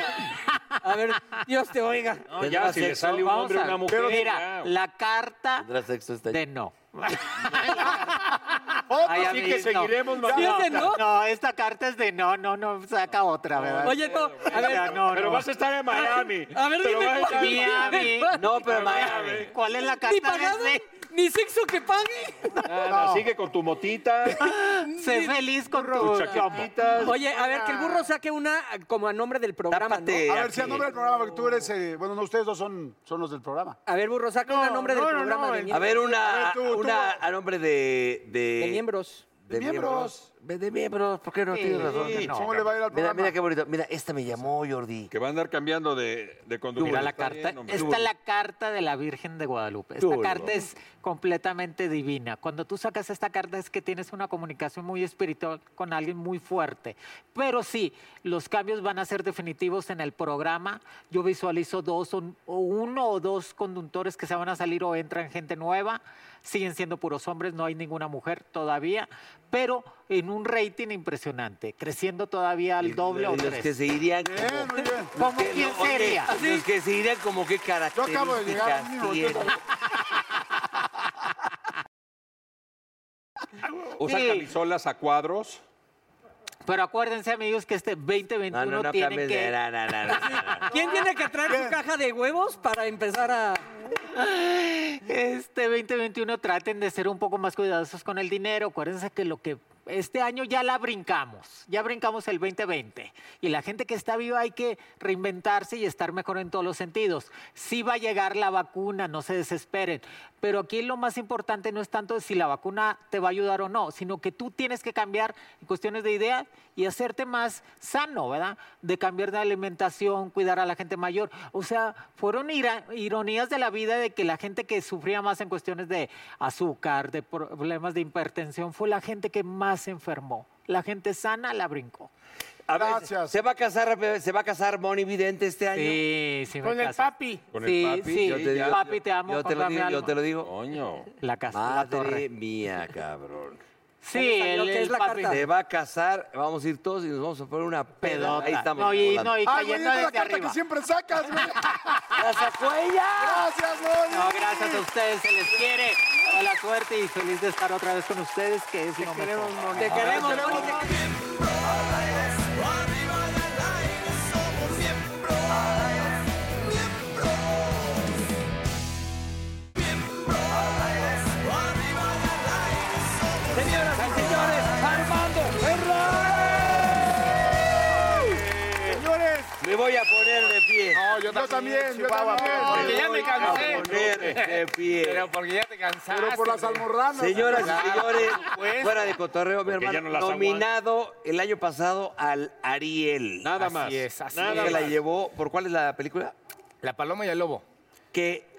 A ver, Dios te oiga.
No, ya, si le
sexo?
sale un
Vamos
hombre
a
o una
ver.
mujer. ya.
Mira, la carta
¿Tendrá sexo este año?
de no.
Otro
Ay,
sí
amigo,
que seguiremos,
no.
Mauricio.
¿Sí es de no?
No, esta carta es de no, no, no, saca otra, ¿verdad?
Oye, no, a
O sea,
ver.
no,
Pero
no.
vas a estar en Miami.
A ver,
Pero
dime
vas a estar-
Miami.
No, pero Miami.
¿Cuál es la
Ni
carta
pagado,
de
ni sexo que pague.
Nada, Sigue con tu motita,
sí? Sé feliz con
tus
tu chombo.
chaquetitas.
Oye, a ver, que el burro saque una eh, como a nombre del programa, ¿no?
Tápate.
A ver, si a nombre del programa, porque tú eres. eh, bueno, no, ustedes dos son, son los del programa.
A ver, burro, saca
No,
una nombre
no,
del
no,
programa
no,
de,
el-
miembros.
A ver, eh. una,
A ver, tú,
una
tú.
a nombre de... De,
de miembros.
De miembros.
De, de miembros, ¿por qué no? Tienes razón.
Sí,
¿Cómo le va a ir al
Mira,
programa?
mira qué bonito. Mira, esta me llamó, Jordi.
Que va a andar cambiando de, de conductor.
Mira la
Está
carta.
bien, hombre.
Esta es la carta de la Virgen de Guadalupe. Esta
Duro.
carta es completamente divina. Cuando tú sacas esta carta es que tienes una comunicación muy espiritual con alguien muy fuerte. Pero sí, los cambios van a ser definitivos en el programa. Yo visualizo dos o o uno o dos conductores que se van a salir o entran gente nueva. Siguen siendo puros hombres, no hay ninguna mujer todavía, pero en un rating impresionante, creciendo todavía al doble o
Los que
tres.
se irían
Bien, muy
como...
bien. ¿Ah,
¿Cómo
que-
quién
no, oye,
sería?
Los que se irían como qué
Yo
características
acabo de llegar al mismo
tienen.
momento.
Usa
Sí.
camisolas a cuadros.
Pero acuérdense, amigos, que este 2021
No, no, no
tienen
cambies
que...
de... No, no, no, no, no.
¿Quién tiene que traer su caja de huevos para empezar a...?
Este 2021 traten de ser un poco más cuidadosos con el dinero. Acuérdense que lo que este año ya la brincamos, ya brincamos el 2020 y la gente que está viva hay que reinventarse y estar mejor en todos los sentidos. Sí va a llegar la vacuna, no se desesperen, pero aquí lo más importante no es tanto si la vacuna te va a ayudar o no, sino que tú tienes que cambiar en cuestiones de ideas y hacerte más sano, ¿verdad? De cambiar de alimentación, cuidar a la gente mayor. O sea, fueron ira- ironías de la vida de que la gente que sufría más en cuestiones de azúcar, de problemas de hipertensión, fue la gente que más se enfermó. La gente sana la brincó.
A ver,
Gracias.
¿Se va a casar, se va a casar Moni Vidente este año?
Sí, sí, me
Con el
caso.
papi.
Con el
sí,
papi,
sí.
yo te digo-
papi, te amo.
Yo te
con
lo
toda mi
digo, yo
alma.
te lo digo.
Coño.
La casa, la
Madre
torre.
mía, cabrón.
Sí,
salió
el,
que es
el
la
papi.
carta.
Se va a casar, vamos a ir todos y nos vamos a poner una pedota.
Pedota.
Ahí estamos.
No, y, no,
volando.
y
Ay, güey,
cayendo
esa es la
desde
carta
arriba.
que siempre sacas, güey.
¡La sacó ella!
Gracias, Moni.
No, gracias a ustedes, se les quiere. Toda la suerte y feliz de estar otra vez con ustedes, que es lo mejor.
Te queremos, Moni, te queremos.
Arriba del aire somos miembros, miembros, miembros. Arriba del aire somos
Señoras y señores, Armando
Señores,
Me voy a poner de pie.
Ah,
yo también, yo también.
Porque ya me
Me voy a
cansé.
poner de pie.
Porque ya te
te cansaste.
Pero por las
güey.
almorranas.
Señoras y señores,
Pues.
fuera de cotorreo, mi
Porque ya
hermano,
no las aguanto.
nominado el año pasado al Ariel.
Nada
Así
más.
es, así
nada
que la
más.
llevó, ¿por cuál es la película?
La paloma y el lobo.
Qué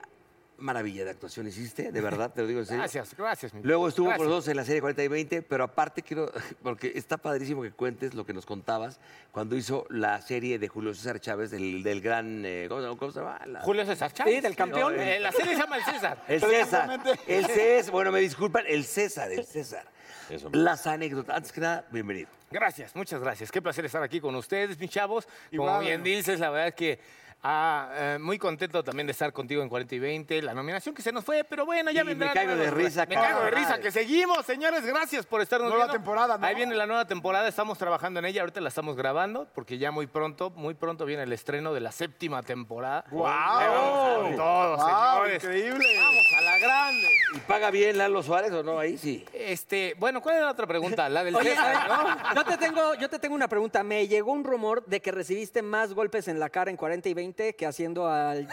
maravilla de actuación hiciste, de verdad, te lo digo en serio.
Gracias, gracias. mi-
Luego estuvo por
gracias.
dos en la serie 40 y 20, pero aparte quiero, porque está padrísimo que cuentes lo que nos contabas cuando hizo la serie de Julio César Chávez, del, del gran, eh, ¿cómo, se- cómo se llama? La-
Julio César Chávez.
Sí, del campeón.
No, eh, la serie se llama El César.
El César, el César, bueno, me disculpan, el César, el César.
Eso.
Las anécdotas, antes que nada, bienvenido.
Gracias, muchas gracias. Qué placer estar aquí con ustedes, mis chavos.
Igual.
Como bien dices, la verdad es que ah, eh, muy contento también de estar contigo en 40 y 20. La nominación que se nos fue, pero bueno, ya
Y me
vendrá.
caigo de risa,
Me caigo de
cabrón.
risa, que seguimos, señores. Gracias por estarnos
Nueva
viendo.
temporada, ¿no?
Ahí viene la nueva temporada, estamos trabajando en ella. Ahorita la estamos grabando porque ya muy pronto, muy pronto viene el estreno de la séptima temporada. Ahí vamos con todo, señores.
increíble.
Vamos a la grande.
¿Y paga bien Lalo Suárez o no? Ahí sí.
Este, bueno, ¿cuál era la otra pregunta? La del
Oye, a
César, ¿no?
ver, yo, te tengo, yo te tengo una pregunta. Me llegó un rumor de que recibiste más golpes en la cara en 40 y 20 que haciendo al...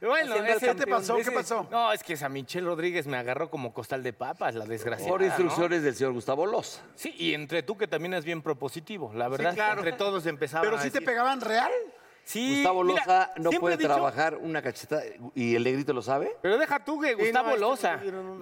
Bueno,
haciendo al
ese-
campeón.
pasó? ¿Qué pasó?
No, es que esa Michelle Rodríguez me agarró como costal de papas, la desgraciada.
Por
¿no?
instrucciones del señor Gustavo Loza.
Sí, y entre tú que también es bien propositivo, la verdad. es que
claro.
Entre todos empezaban
Pero
a
si te
decir-
pegaban real.
Sí,
Gustavo
mira,
Loza no
siempre he
puede
dicho-
trabajar una cacheta y el negrito lo sabe.
Pero deja tú que Gustavo
no, este-
Loza.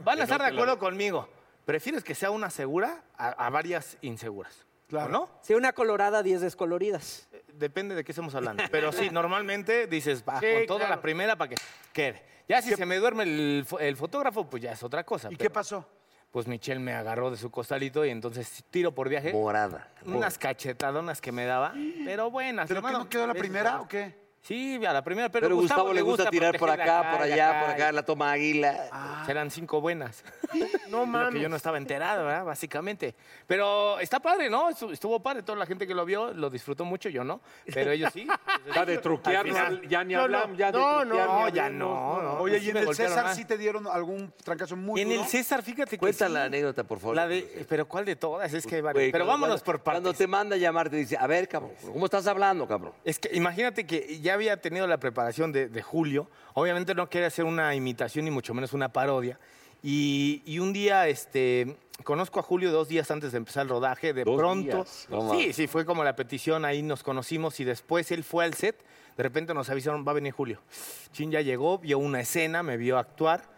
Van a
Que
estar
no
de
te
acuerdo
la-
conmigo. Prefieres que sea una segura a, a varias inseguras. Claro. ¿No?
Sí, una colorada, 10 descoloridas.
Depende de qué estemos hablando. Pero sí, normalmente dices, va,
Sí,
con toda
claro.
la primera para que quede. Ya si se me duerme el, fo- el fotógrafo, pues ya es otra cosa.
¿Y
pero-
qué pasó?
pues Michelle me agarró de su costalito y entonces tiro por viaje.
Morada.
Unas cachetadonas que me daba, pero buenas.
¿Pero qué
hermano.
no quedó la
Besos,
primera
besos.
o qué?
Sí, a la primera, pero,
Pero, Gustavo, le gusta, tirar por
proteger de
acá, por
y
allá, por
y-
acá, la toma águila.
Ah.
Serán cinco buenas. No mames. Que yo no estaba enterado, ¿verdad? Básicamente. Pero está padre, ¿no? Estu- Estuvo padre. Toda la gente que lo vio lo disfrutó mucho, yo no. Pero ellos sí.
Ya de truquear,
Al final-
no, ya ni
no,
hablamos.
no,
ya de
no,
truquear,
no,
ni
ya
hablemos,
no, no.
Oye,
sí
¿y en
me
el
golpearon
César
más.
sí te dieron algún trancazo muy
En
duro?
el César, fíjate que
Cuenta
sí.
la anécdota, por favor.
La de, eh, pero ¿cuál de todas? Es que hay varias.
Güey,
pero
cuando-
vámonos por partes.
Cuando te manda a llamar, te dice, a ver, cabrón, ¿cómo estás hablando, cabrón?
Es que imagínate que ya había tenido la preparación de, de Julio. Obviamente no quería hacer una imitación ni mucho menos una parodia. Y, y un día, este, conozco a Julio dos días antes de empezar el rodaje. De
Dos
pronto.
días, no
sí,
mames.
sí, fue como la petición. Ahí nos conocimos y después él fue al set. De repente nos avisaron, va a venir Julio. Chin ya llegó, vio una escena, me vio actuar.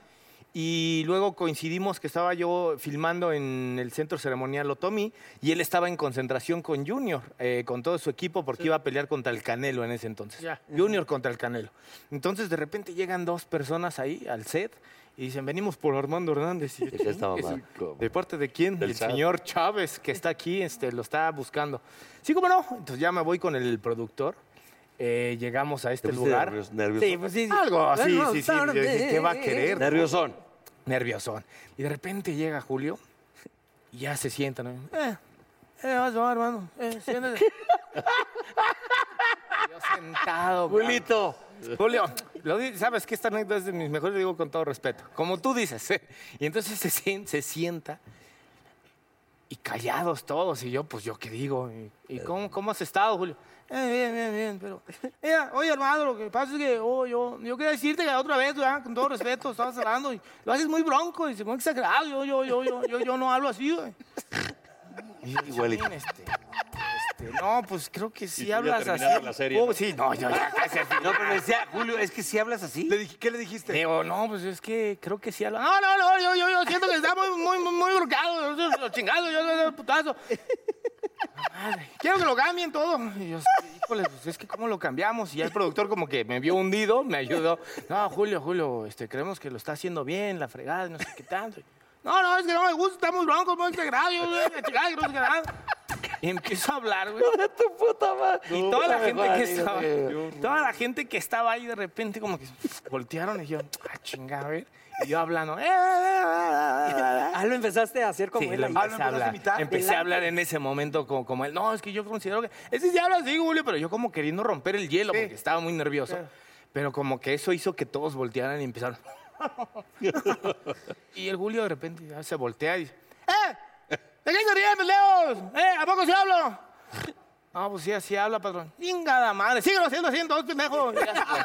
Y luego coincidimos que estaba yo filmando en el centro ceremonial Otomi y él estaba en concentración con Junior, eh, con todo su equipo, porque iba a pelear contra el Canelo en ese entonces.
Ya.
Junior contra el Canelo. Entonces de repente llegan dos personas ahí al set y dicen, venimos por Armando Hernández. Y yo,
¿De qué está
"Chingue
mamá?
su-
¿Cómo?
¿De parte de quién?
Del
el
SAT.
señor Chávez, que está aquí, este, lo está buscando. Sí, cómo no. Entonces ya me voy con el productor. Eh, llegamos a este
¿Te pusiste
lugar.
nervios- nervioso?
Sí, pues sí. sí. Algo así,
Bueno,
sí, sí. Yo dije, ¿Qué va a querer?
Nerviosón.
nerviosón. Y de repente llega Julio y ya se sienta. ¿no? Eh, eh, vas a tomar, hermano. Eh, siéntate. Yo sentado. cabrón.
Julito.
Julio, lo di- sabes que esta anécdota es de mis mejores, digo con todo respeto. Como tú dices. ¿eh? Y entonces se, sien- se sienta y callados todos. Y yo, pues yo qué digo. ¿Y, y
Eh.
cómo, cómo has estado, Julio? "Eh, bien, bien, bien, pero... Mira, oye, hermano, lo que pasa es que oh, yo, yo quería decirte que la otra vez, ¿verdad? con todo respeto, estabas hablando y lo haces muy bronco y muy exagerado. Yo, yo, yo, yo, yo, yo no hablo así, güey".
Igualito.
Este, este, no, pues creo que
tú
sí
ya
hablas así.
terminaste la serie,
Oh,
¿no?
sí, no, yo ya casi al final.
No, pero me decía, Julio, es que si hablas así.
Le dije- ¿Qué le dijiste?
Digo, no, pues es que creo que sí habla. No, no, no, yo, yo, yo siento que está muy, muy, muy, muy brocado, yo, yo, yo, chingado, yo, yo, yo, putazo. Madre, quiero que lo cambien todo. Y yo, híjole, pues es que cómo lo cambiamos. Y ya el productor como que me vio hundido, me ayudó. No, Julio, Julio, este, creemos que lo está haciendo bien, la fregada, no sé qué tanto. No, no, es que no me gusta, está muy bronco, muy integrado, yo, yo, yo, chingada, que no sé qué tanto. Y empiezo a hablar, güey.
tu puta madre.
Y toda la gente que estaba, toda la gente que estaba ahí de repente como que voltearon y yo, ah, chinga, a ver. Y yo hablando, "Eh, eh, eh, eh, eh".
Ah, lo empezaste a hacer como
Sí,
él.
lo
ahí.
empecé a
Ah, ¿lo empezaste a
hablar.
imitar?
Empecé a hablar en ese momento como, como él. No, es que yo considero que. Ese sí habla así, Julio, pero yo como queriendo romper el hielo porque estaba muy nervioso. Pero como que eso hizo que todos voltearan y empezaron. y el Julio de repente ya se voltea y dice: ¡Eh! ¿De qué se ríen, pendejos? ¿Eh? ¿A poco sí hablo? Ah, pues sí, así habla, patrón. ¡Chingada madre! ¡Síguelo haciendo así entonces, pendejo! Y ya se fue.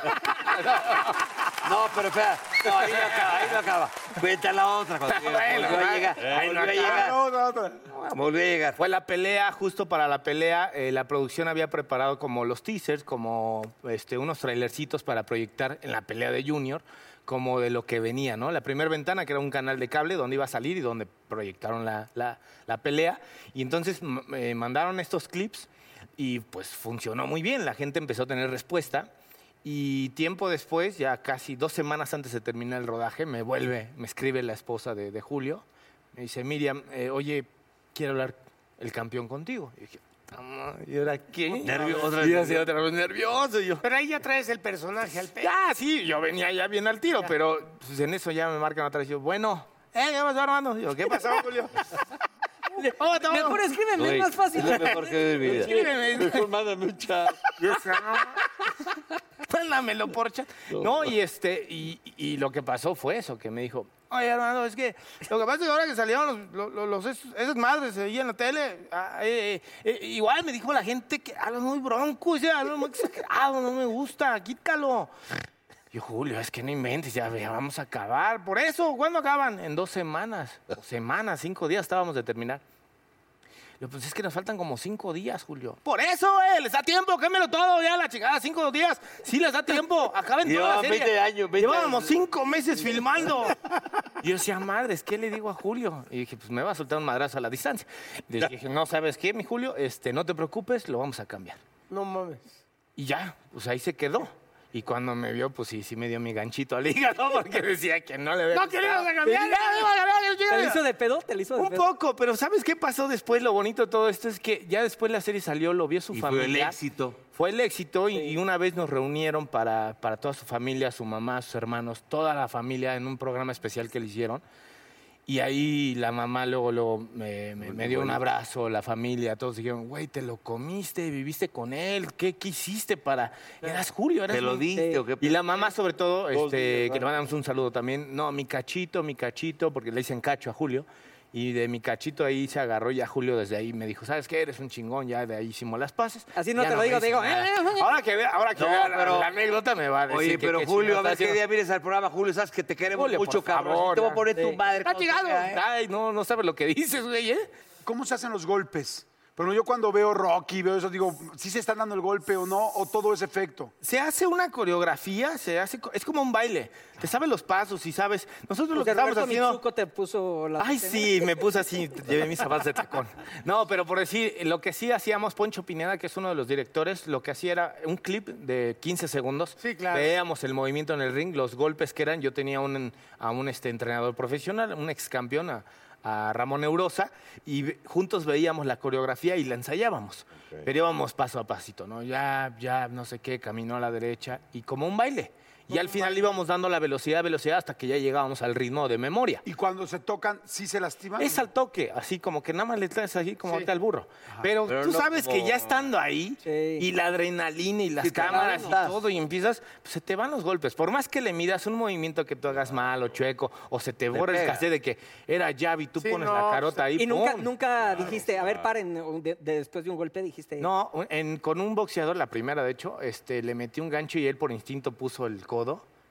No, pero espera. No, ahí no acaba, ahí no acaba. Cuenta la otra. Cuando
Bueno,
volvió a
va.
llegar.
Ahí
volvió
no
a
acaba.
llegar. Volvió a llegar.
Fue la pelea, justo para la pelea, eh, la producción había preparado como los teasers, como este, unos trailercitos para proyectar en la pelea de Junior, como de lo que venía, ¿no? La primera ventana, que era un canal de cable donde iba a salir y donde proyectaron la, la- la pelea. Y entonces m- eh, mandaron estos clips y pues funcionó muy bien, la gente empezó a tener respuesta. Y tiempo después, ya casi dos semanas antes de terminar el rodaje, me vuelve, me escribe la esposa de, de Julio. Me dice, Miriam, eh, oye, quiero hablar el campeón contigo. Y dije, "Ta madre, ¿y ahora qué?
Nervio- otra
Y
vez
así, otra vez nervioso. y yo,
Pero ahí ya traes el personaje al pecho.
ya, sí, yo venía ya bien al tiro, pero pues, en eso ya me marcan atrás. Y yo, bueno, ¿eh? ¿Qué pasó, Armando? Y yo, ¿qué pasó, Julio? "Oh, ¿Cómo te va?
Mejor escríbeme, es más fácil.
Es lo mejor que he vivido en mi vida.
Escríbeme.
Mejor mándame un chat.
Yo decía, "No, Mándamelo por chat. No, y este, y, y lo que pasó fue eso, que me dijo, oye hermano, es que lo que pasa es que ahora que salieron los, los- los- esos- esas madres ahí en la tele, ah, eh, eh, eh, igual me dijo la gente que hablan muy bronco, o sea, hablan muy exagerado, no me gusta, quítalo. Yo, Julio, es que no inventes, ya, ya vamos a acabar. Por eso, ¿cuándo acaban? En dos semanas, o semanas, cinco días estábamos de terminar. Le digo, pues es que nos faltan como cinco días, Julio. Por eso, eh, les da tiempo, cámbialo todo, ya la chingada, cinco días. Sí, les da tiempo, acaben toda la
Llevaban
serie.
20 años, 20
Llevábamos
años.
cinco meses filmando. Y yo decía, madres, ¿qué le digo a Julio? Y dije, pues me va a soltar un madrazo a la distancia. Le dije, no, ¿sabes qué, mi Julio? Este, no te preocupes, lo vamos a cambiar.
No mames.
Y ya, pues ahí se quedó. Y cuando me vio, pues sí, sí me dio mi ganchito al hígado porque decía que no le había
No, que le ibas a
gustado.
cambiar,
Sí, ya, le iba a cambiar, yo,
¿Te
yo,
lo
yo.
hizo de pedo? ¿Te lo hizo de
Un
pedo?
poco, pero ¿sabes qué pasó después? Lo bonito de todo esto es que ya después la serie salió, lo vio su
Y
familia.
fue el éxito.
Fue el éxito y, y una vez nos reunieron para, para toda su familia, su mamá, sus hermanos, toda la familia en un programa especial que le hicieron. Y ahí la mamá luego, luego me, me- me dio un abrazo, la familia, todos dijeron, güey, te lo comiste, viviste con él, ¿qué, qué hiciste para...? Eras Julio, eras
¿Te lo
un-
diste o qué?
y la mamá, sobre todo,
Dos
este,
días,
que le mandamos un saludo también. No, mi cachito, mi cachito, porque le dicen cacho a Julio. Y de mi cachito ahí se agarró ya Julio desde ahí. Me dijo, ¿sabes qué? Eres un chingón. Ya de ahí hicimos las paces.
Así no
Ya
te lo
me
digo,
hizo
te digo,
nada.
"Eh, eh, eh".
Ahora que vea, ahora que
No,
vea la-
pero-
la, anécdota me va a decir
Oye,
que
pero
qué
Julio, a
chingados
ver qué
haciendo.
día vienes al programa, Julio, sabes que te queremos
Julio, por
mucho, cabrón.
favor,
Te voy a
ya.
poner tu
Sí.
madre.
Está
cuando te
chingado.
vea, ¿eh?
Ay, no, no sabes lo que dices, güey, ¿eh?
¿Cómo se hacen los golpes? Pero yo cuando veo Rocky, veo eso, digo, ¿sí se están dando el golpe o no? ¿O todo es efecto?
se hace una coreografía, se hace, co- es como un baile. Te sabes los pasos y sabes. Nosotros lo
Porque
que estábamos
Roberto
haciendo.
Michuco te puso la...
Ay, sí, me puse así, llevé mis zapatos de tacón. No, pero por decir, lo que sí hacíamos, Poncho Pineda, que es uno de los directores, lo que hacía era un clip de 15 segundos.
Sí, claro.
Veíamos el movimiento en el ring, los golpes que eran. Yo tenía un, a un este, entrenador profesional, un ex campeón, a, a Ramón Neurosa, y ve- juntos veíamos la coreografía y la ensayábamos. Pero íbamos paso a pasito, ¿no? Ya, ya, no sé qué, caminó a la derecha y como un baile. Y al final íbamos dando la velocidad, velocidad, hasta que ya llegábamos al ritmo de memoria.
Y cuando se tocan, ¿sí se lastiman?
Es al toque, así como que nada más le traes así como ahorita al burro. Pero,
Pero
tú
no
sabes que
como-
ya estando ahí,
Sí.
y la adrenalina y las
Sí, te
cámaras y
agarras.
todo, y empiezas, pues, se te van los golpes. Por más que le midas un movimiento que tú hagas mal o chueco, o se te borra el
pega.
cassette de que era llave y tú
Sí,
pones
no,
la carota ahí.
Y nunca,
¡pum!
nunca dijiste, a ver, paren, o de- de- después de un golpe dijiste...
No, un- en- con un boxeador, la primera, de hecho, este, le metí un gancho y él por instinto puso el codo.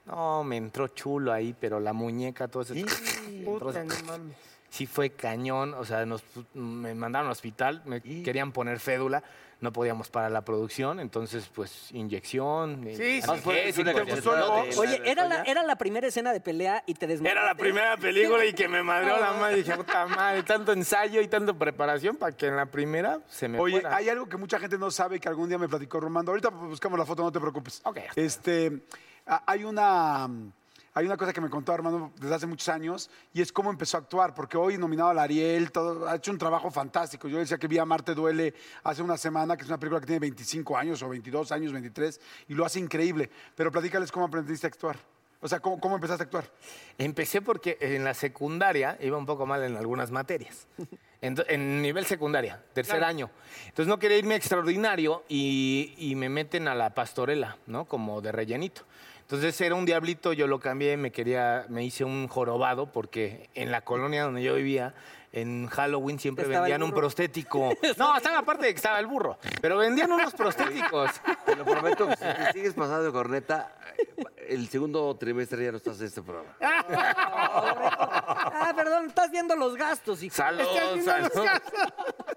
No, me entró chulo ahí, pero la muñeca, todo eso. entró
Puta,
así.
no mames.
Sí fue cañón, o sea, nos, pu- me mandaron al hospital, me querían poner fédula, no podíamos parar la producción, entonces pues inyección. eh,
Sí, sí.
analgésico,
Fue una
etcétera.
cachetada de-
Oye, era la,
Toña.
era la primera escena de pelea y te desmayaste.
Era la primera película y que me madreó la madre, dije, puta madre, tanto ensayo y tanto preparación para que en la primera se me
Oye,
fuera.
hay algo que mucha gente no sabe y que algún día me platicó Romando. Ahorita buscamos la foto, no te preocupes.
Ok.
Este, a- hay una... Hay una cosa que me contó Armando desde hace muchos años y es cómo empezó a actuar, porque hoy nominado al Ariel, todo, ha hecho un trabajo fantástico. Yo decía que vi a Marte Duele hace una semana, que es una película que tiene 25 años o 22 años, 23, y lo hace increíble. Pero platícales cómo aprendiste a actuar. O sea, cómo, cómo empezaste a actuar.
Empecé porque en la secundaria iba un poco mal en algunas materias. Ento- en nivel secundaria, tercer año. Entonces no quería irme a extraordinario y, y me meten a la pastorela, ¿no? Como de rellenito. Entonces era un diablito, yo lo cambié, me quería, me hice un jorobado porque en la colonia donde yo vivía en Halloween siempre
Estaba el
vendían un
burro.
prostético. No, estaba aparte de que estaba el burro, pero vendían unos prostéticos.
Te lo prometo que si te sigues pasando de corneta, el segundo trimestre ya no estás en este programa.
Ah, perdón, estás viendo los gastos. hijo.
Salud, salud.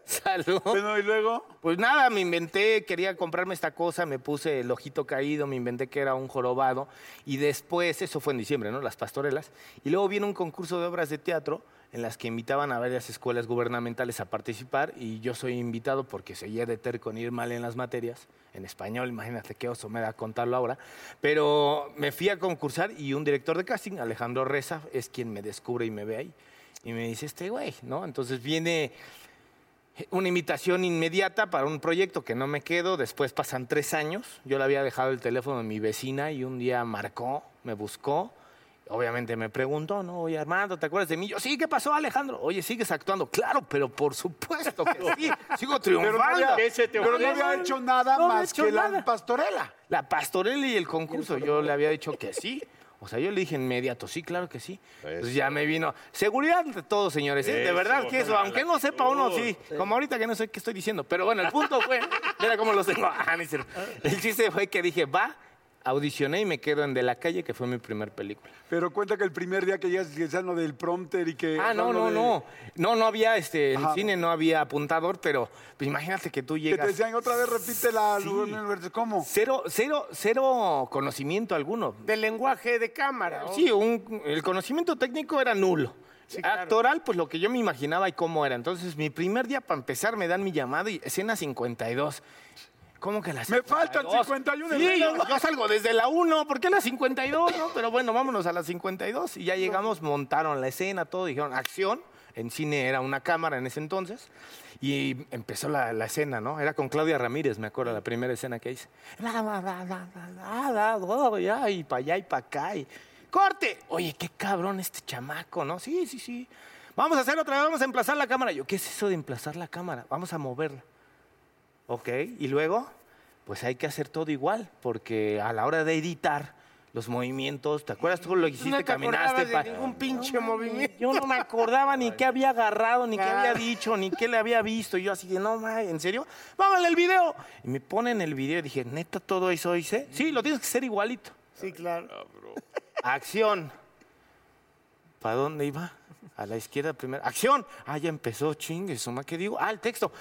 Salud.
Bueno, y luego.
Pues nada, me inventé, quería comprarme esta cosa, me puse el ojito caído, me inventé que era un jorobado. Y después, eso fue en diciembre, ¿no? Las pastorelas. Y luego viene un concurso de obras de teatro en las que invitaban a varias escuelas gubernamentales a participar. Y yo soy invitado porque seguía de ter con ir mal en las materias. En español, imagínate qué oso me da contarlo ahora. Pero me fui a concursar y un director de casting, Alejandro Reza, es quien me descubre y me ve ahí. Y me dice, este güey, ¿no? Entonces viene una invitación inmediata para un proyecto que no me quedo. Después pasan tres años. Yo le había dejado el teléfono de mi vecina y un día marcó, me buscó. Obviamente me preguntó, ¿no? Oye, Armando, ¿te acuerdas de mí? Yo, sí, ¿qué pasó, Alejandro? Oye, ¿sigues actuando? Claro, pero por supuesto que sí. Sigo
Pero no
triunfando.
había, pero no había hecho nada
No había
más
hecho
que
nada.
la pastorela.
La pastorela y el concurso. Yo le había dicho que sí. O sea, yo le dije inmediato, sí, claro que sí. Entonces ya me vino. Seguridad de todos, señores. ¿eh? De
Eso,
verdad que eso,
buena
aunque no sepa uno, sí. Como ahorita que no sé qué estoy diciendo. Pero bueno, el punto fue. Mira cómo lo tengo. Ah, no es cierto. El chiste fue que dije, va, audicioné y me quedo en De la Calle, que fue mi primer película.
Pero cuenta que el primer día que llegas, que ya lo del prompter y que.
Ah, no,
lo
no,
de-
no. No, no había, este, en
Ajá.
cine no había apuntador, pero pues, imagínate que tú
Que te
llegas.
decían otra vez, repite la.
Sí.
¿Cómo?
Cero, cero, cero conocimiento alguno.
Del lenguaje de cámara. ¿no?
Sí, un- el conocimiento técnico era nulo.
claro.
Actoral, pues lo que yo me imaginaba y cómo era. Entonces, mi primer día para empezar me dan mi llamado y escena 52. ¿Cómo que la
Me faltan
52?
51
Sí,
hermanos.
yo, yo salgo desde la 1, ¿por qué la 52? no? Pero bueno, vámonos a la 52. Y ya llegamos, montaron la escena, todo, dijeron acción. En cine era una cámara en ese entonces. Y empezó la, la escena, ¿no? Era con Claudia Ramírez, me acuerdo, la primera escena que hice. Bla, bla, bla, bla, bla, bla, bla, bla, ya, Y para allá y para acá. y, ¡Corte! Oye, qué cabrón este chamaco, ¿no? Sí, sí, sí. Vamos a hacer otra vez, vamos a emplazar la cámara. Yo, ¿qué es eso de emplazar la cámara? Vamos a moverla. Ok, y luego, pues hay que hacer todo igual, porque a la hora de editar los movimientos, ¿te acuerdas tú lo que hiciste?
No te
Caminaste
acordabas de
pa-
ningún pinche movimiento. Ah.
Yo no me acordaba ni qué había agarrado, ni qué
Claro.
había dicho, ni qué le había visto. Y yo así de, no, ma, ¿en serio? ¡Vámonos el video! Y me ponen el video y dije, ¿neta todo eso hice? Sí, lo tienes que hacer igualito.
Sí, claro.
Acción. ¿Para dónde iba? A la izquierda primero. Acción. Ah, ya empezó, chingue, suma, ¿qué digo? Ah, el texto.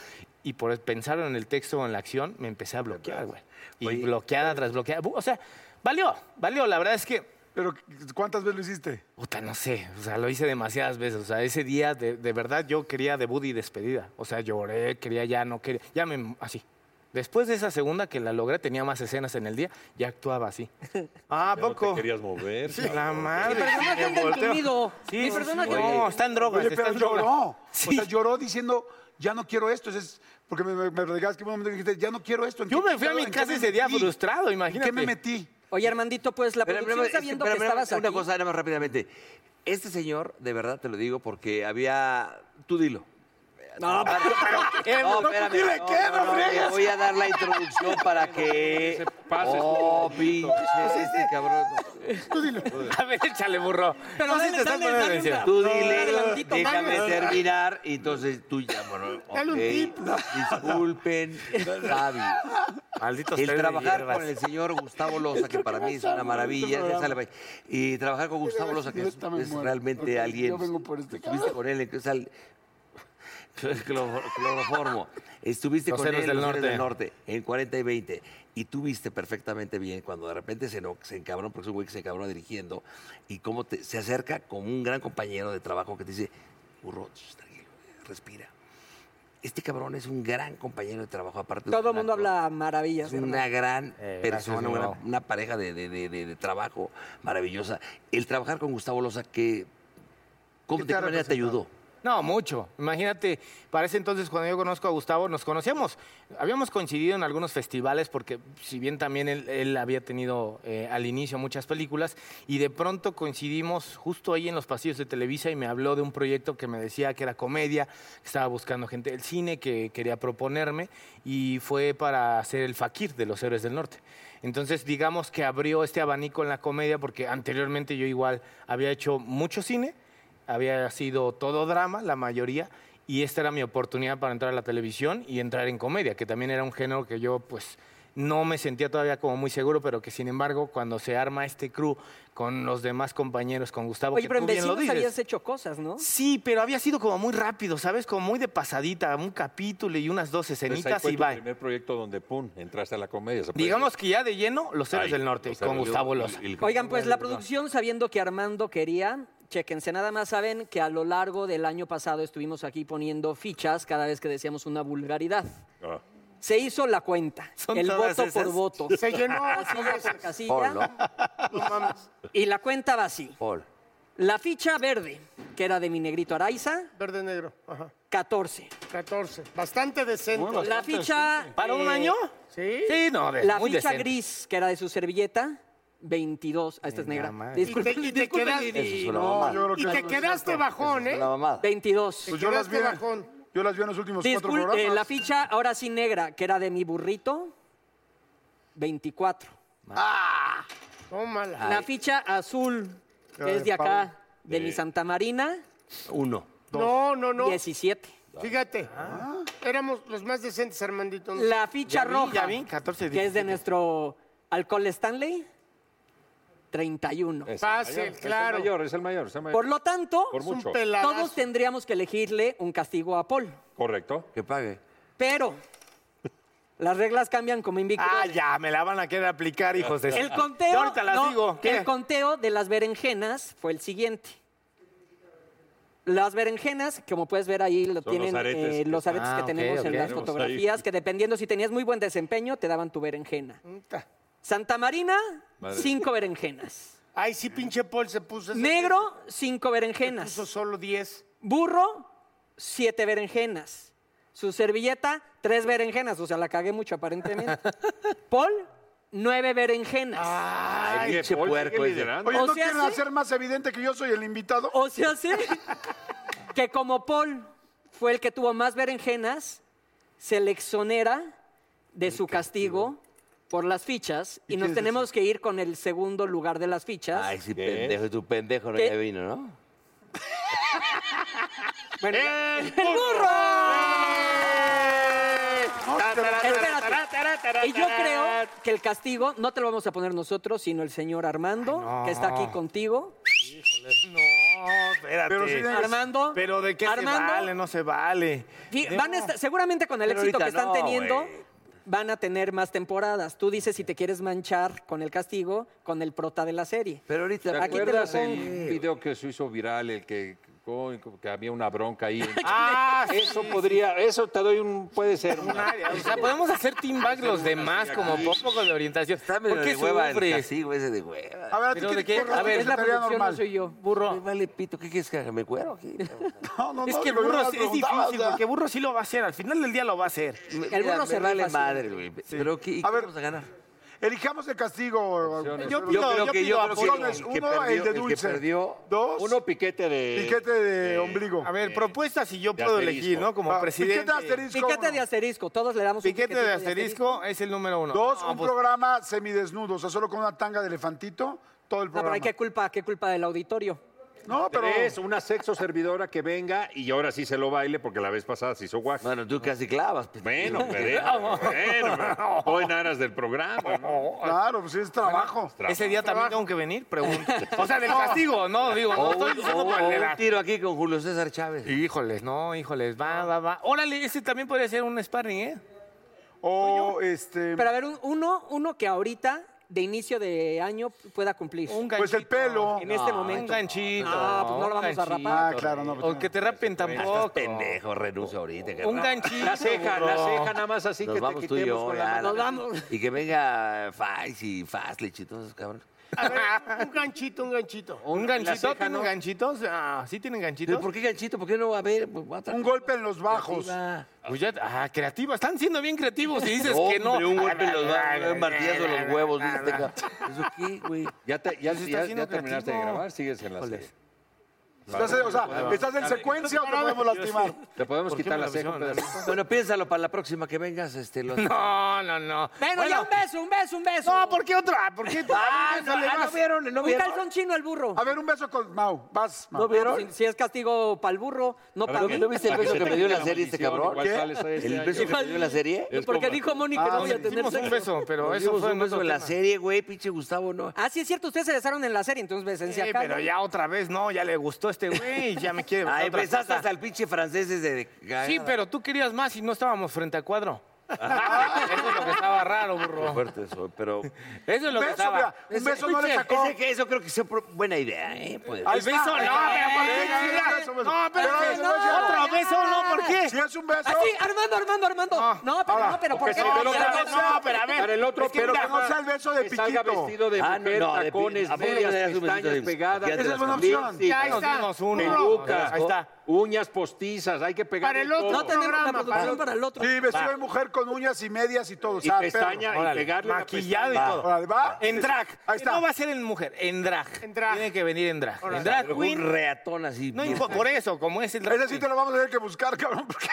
Y por pensar en el texto o en la acción, me empecé a bloquear, güey. Y bloqueada tras bloqueada. Bu- O sea, valió, valió. La verdad es que,
Pero ¿cuántas veces lo hiciste?
puta, no sé. O sea, lo hice demasiadas veces. O sea, ese día, de, de verdad, yo quería debut y despedida. O sea, lloré, quería ya, no quería. Ya me... Así. Después de esa segunda que la logré, tenía más escenas en el día, ya actuaba así. Ah,
Ya no
poco.
te querías mover.
La madre.
personaje
me
anda
volteo.
entumido.
Sí,
Mi
sí,
personaje-
sí. No, está en drogas.
Oye,
está
pero
en drogas.
lloró. O
Sí.
sea, lloró diciendo, ya no quiero esto. Entonces, porque me, me, me regalas que en un momento dijiste, ya no quiero esto. ¿En
Yo
qué
me fui a
chingado-
mi
en qué
casa
me
ese día
metí?
frustrado,
¿En qué me
imagínate.
metí?
Oye, Armandito, pues la
Pero,
producción
pero,
sabiendo
espera,
que
espera,
estabas
una
aquí.
cosa, nada más rápidamente. Este señor, de verdad te lo digo, porque había... Tú dilo.
No, pero-
No, espérame.
dile
no,
qué,
no,
no
no,
friegues.
voy a dar la introducción para que...
pases
Oh, pinche, este cabrón.
A ver, échale, burro.
Pero
No, sí
dale,
te estás
dale,
poniendo
dale
atención.
una-
Tú
No,
dile,
adelantito,
déjame
mames.
terminar, y entonces tú ya, bueno,
Dale un
ok,
tip.
Disculpen, Javi.
Malditos
El
tres de
trabajar
hierbas.
con el señor Gustavo Loza, que para mí es una maravilla, ya sale, y trabajar con Gustavo Loza, que es,
Neta, me
es
muero.
realmente
Ok,
alguien.
yo vengo por este
Estuviste con él, o sea, el- cloro- cloroformo. Estuviste
Los
con él
héroes
en
del
los héroes del
norte.
norte, en 40 y 20, y tú viste perfectamente bien cuando de repente se, eno- se encabronó, porque es un güey que se encabronó dirigiendo, y cómo te- se acerca con un gran compañero de trabajo que te dice, burro, shh, tranquilo, respira. Este cabrón es un gran compañero de trabajo, aparte de
Todo
un
el mundo
actor.
habla maravillas.
Es
de
una gran
Eh, gracias,
persona,
mi
una,
Mau.
una pareja de, de- de- de- de trabajo maravillosa. El trabajar con Gustavo Loza, que, ¿cómo,
¿Qué
¿de
te ha
qué manera te ayudó?
No, mucho. Imagínate, para ese entonces cuando yo conozco a Gustavo, nos conocíamos. Habíamos coincidido en algunos festivales porque si bien también él, él había tenido eh, al inicio muchas películas y de pronto coincidimos justo ahí en los pasillos de Televisa y me habló de un proyecto que me decía que era comedia, que estaba buscando gente del cine, que quería proponerme y fue para hacer el Fakir de los Héroes del Norte. Entonces, digamos que abrió este abanico en la comedia porque anteriormente yo igual había hecho mucho cine había sido todo drama, la mayoría, y esta era mi oportunidad para entrar a la televisión y entrar en comedia, que también era un género que yo pues no me sentía todavía como muy seguro, pero que sin embargo cuando se arma este crew con los demás compañeros, con Gustavo,
Oye,
que
pero en
tú bien lo
vecinos
dices.
habías hecho cosas, ¿no?
Sí, pero había sido como muy rápido, ¿sabes? Como muy de pasadita, un capítulo y unas dos
Entonces,
escenitas
Pues fue
y
tu
va.
primer proyecto donde, pum, entraste a la comedia. se puede
Digamos que ya de lleno, Los Héroes
Ahí,
del Norte,
Los
con
Héroes del
Gustavo
Norte.
Loza.
Y- y-
Oigan, pues la
Bueno,
producción, sabiendo que Armando quería, chequense, nada más saben que a lo largo del año pasado estuvimos aquí poniendo fichas cada vez que decíamos una vulgaridad.
Ah.
Se hizo la cuenta,
¿Son
el
todas
voto
esas?
por voto.
Se llenó
casilla por casilla.
Polo.
Y la cuenta va así. La ficha verde, que era de mi negrito Araiza,
oh, Verde negro. Ajá.
14.
14. Bastante decente.
Bueno, La bastante ficha, decente. ¿Para un año?
Sí.
la ficha gris, que era de su servilleta, 22. Ah, esta es negra.
madre.
Disculpen,
Y te- y te
disculpen.
quedas- Eso es una No, mamada. yo creo que Y te eso no es quedaste cierto. bajón, Eso es ¿eh? una mamada.
22.
Pues yo las vi. Yo las vi en los últimos cuatro
Disculpe,
programas.
la ficha ahora sí negra, que era de mi burrito, 24.
Ah,
Tómala.
La ficha azul, que es de acá, de mi Santa Marina,
Uno.
No, no, no.
17.
Fíjate. Éramos los más decentes, Armandito.
La ficha roja, que es
14
de nuestro alcohol Stanley, 31.
Mayor, Es el mayor, es el mayor. es el mayor.
Por lo tanto,
Por mucho.
todos tendríamos que elegirle un castigo a Paul.
Correcto.
Que pague.
Pero las reglas cambian como invicto.
Ah, ya, me la van a querer aplicar, hijos de...
El
Yo
conteo,
ahorita las
no,
digo. ¿Qué?
el conteo de las berenjenas fue el siguiente. Las berenjenas, como puedes ver ahí, lo
Son
tienen
los
eh, los aretes,
aretes que-
que,
Ah, ok,
tenemos
ok.
en las
Tenemos
fotografías, que dependiendo si tenías muy buen desempeño, te daban tu berenjena. Santa Marina,
Madre.
cinco berenjenas.
Ay, sí, pinche Paul se puso. ese-
Negro, cinco berenjenas.
Puso solo 10.
Burro, siete berenjenas. Su servilleta, tres berenjenas. O sea, la cagué mucho aparentemente. Paul, nueve berenjenas.
Ay, pinche
Paul sigue
puerco. ese.
Oye,
O sea,
¿no quieren
sí.
hacer más evidente que yo soy el invitado?
O sea, sí. que como Paul fue el que tuvo más berenjenas, se le exonera de su castigo por las fichas y, nos tenemos que ir con el segundo lugar de las fichas.
Ay, sí, pendejo. Y tu pendejo no
¿Qué?
ya vino, ¿no?
Bueno, ¡Burro! Espérate. Y yo creo que el castigo no te lo vamos a poner nosotros, sino el señor Armando, que está aquí contigo.
No, espérate.
Pero sí tienes- Armando,
Pero de qué
Armando.
se vale, no se vale.
Fí-
De-
Van a estar- seguramente con el
Pero
éxito
ahorita
que están
no,
teniendo,
güey.
van a tener más temporadas. Tú dices si te quieres manchar con el castigo, con el prota de la serie.
Pero
¿Te
ahorita.
Aquí te
acuerdas
lo pongo.
el video que se hizo viral, el que, coño, que había una bronca ahí?
Ah, sí,
eso podría, eso te doy un, puede ser. un-
O sea, podemos hacer team back los demás como un poco de orientación.
Está medio
¿Por qué
de hueva el
sufres?
castigo ese de hueva.
Ah,
A ver, ¿a ti
¿Pero
qué-
de qué?
por-
A ver,
es la tarea normal.
yo.
Me
Burro.
vale pito, ¿qué quieres que haga? ¿Me cuero aquí?
No, no,
Es
no,
que
yo
burro
no
es,
te
es
preguntaba,
difícil,
o sea.
porque burro sí lo va a hacer. Al final del día lo va a hacer.
El burro se
me vale
relaja,
madre, güey. Pero ¿qué, y
A
qué
ver.
vamos a ganar?
Elijamos el castigo.
Yo
Yo
pido-
creo
yo
que
pido
yo creo que
opciones.
el que
Uno, el
perdió,
de
el que
dulce.
perdió,
Dos,
Uno piquete de...
piquete de ombligo.
A ver, propuestas si yo
de
puedo
asterisco.
elegir, ¿no? Como
Ah,
presidente.
Piquete de asterisco.
Piquete
uno.
de asterisco, todos le damos un
Piquete
piquetito
de asterisco es el número uno.
Dos,
No,
un
pues,
programa semidesnudo, o sea, solo con una tanga de elefantito, todo el
No, pero
programa.
hay que culpa, qué culpa del auditorio.
No, pero...
Tres, una sexo servidora que venga y ahora sí se lo baile porque la vez pasada se hizo guac.
Bueno, tú casi clavas. pues.
Bueno, me dejo, bueno, me- voy en aras del programa, ¿no?
Claro, pues sí, es trabajo.
Ese día también tengo que venir, pregunto. O sea, Ah, del castigo, no, digo, no
O
estoy
un,
diciendo
o-
para
o
el de la-
un tiro aquí con Julio César Chávez.
Híjoles, no, híjoles, va, va, va. Órale, ese también podría ser un sparring, ¿eh?
O este...
Pero a ver, un- uno, uno que ahorita, de inicio de año, pueda cumplir.
Un
Pues el
ganchito.
pelo.
en este
Un
momento.
ganchito.
Ah, pues no lo
un
vamos a
ganchito.
rapar.
Ah, claro, no, pues
O
no.
que te rapen
Estás
tampoco.
pendejo, renuncia ahorita. carnal.
Un ganchito.
La ceja, la
burro.
ceja nada más así
Nos
que
vamos
te
tú y
quitemos
yo,
con
ya,
la
la-
mano.
Nos vamos.
Y que venga Fais y Faslich y todos esos cabrones.
A ver, un ganchito, un ganchito.
La
¿Un
ceja,
ganchito? ¿Tienen
¿no?
ganchitos? Ah, ¿sí tienen ganchitos?
¿Pero por qué ganchito? ¿Por qué no va a haber? Pues, otra
Un
cosa
golpe en los bajos.
creativa.
Pues ya, ah, creativa. Están siendo bien creativos y dices que no. Ah,
Hombre, un golpe en los bajos, un martillazo en los huevos. dice este cabrón. ¿Eso qué, güey?
Ya, te- ya-
Pues está
ya-
siendo
ya terminaste de
creativo.
grabar, sigues en la serie.
Entonces, o sea, ¿estás en secuencia o te podemos lastimar?
Te podemos quitar la ceja. un pedacito? Bueno, piénsalo para la próxima que vengas. Este, lo-
ah. No, no, no.
Bueno, ya un beso, un beso, un beso.
No, ¿por qué otra? ¿Por qué?
Ah, no, ah, ¿no vieron? ¿No
un
vieron?
calzón chino al burro.
A ver, un beso con Mau. Vas, Mau.
¿No vieron?
Si, si es castigo para el burro, no para
¿No,
mí.
no viste el
Para que
beso
se
que
te
me dio en
quite
la
la
serie este
maldición,
cabrón?
igual sales a este
¿El
año.
beso que me dio en la serie?
Es
Porque
como-
dijo Moni que no voy a tener
Ah, Hicimos
sexo.
un beso, pero eso
Dimos
fue
un
en
beso
otro
en la
tema.
serie, güey, pinche Gustavo, ¿no?
Ah, sí, es cierto, ustedes se besaron en la serie, entonces
Sí,
besense acá.
pero
¿no?
ya otra vez, no, ya le gustó este güey, ya me quiere besar
Ay,
otra
empezaste
cosa.
hasta el pinche francés desde... de-
Sí,
cagada.
pero tú querías más y no estábamos frente al cuadro. Eso es lo que estaba raro,
Qué
burro.
fuerte eso, pero...
Eso es lo que
Beso,
estaba.
mira, un beso no le sacó.
Ese que- eso creo que es buena idea, ¿eh? Pues.
Ahí
El beso,
está.
no,
Ahí
pero
está.
¿por qué?
Ahí está,
Mira,
beso, beso.
no, pero
Pero
no, otro beso, no, ¿por qué?
Si es un beso.
Ah, sí, Armando, Armando, Armando.
Ah,
No, pero
ahora,
no, pero
que
¿por qué?
se
no?
vea otra
Ya
vez,
no,
no,
pero a ver,
Para el otro,
es que
pero
mira,
que no sea el beso de
que salga
piquito.
vestido de
Ah, no,
mujer,
no, de pi-
tacones,
¿a poco le
medias,
das un besito
pestañas
de-
pegadas.
ya te
Esa es
las
buena
cambié?
opción.
Sí,
Ya
claro.
está.
Dimos uno.
Pelucas.
Ahí está. Uñas postizas, hay que pegar.
Para el otro.
no tenemos la
programa,
producción
para-
para el otro.
Sí, vestido de mujer con uñas y medias y todo. o
Y
sea,
pestaña,
perro.
y pegarle la
Maquillado y
pestaña.
todo.
Órale, va.
En drag.
Ahí está.
No va a ser en mujer, en drag.
En drag.
Tiene que venir en drag. En drag
Pero
queen.
Un reatón así.
No
bien.
impo- por eso, como es el drag.
Ese sí te lo vamos a tener que buscar, cabrón, porque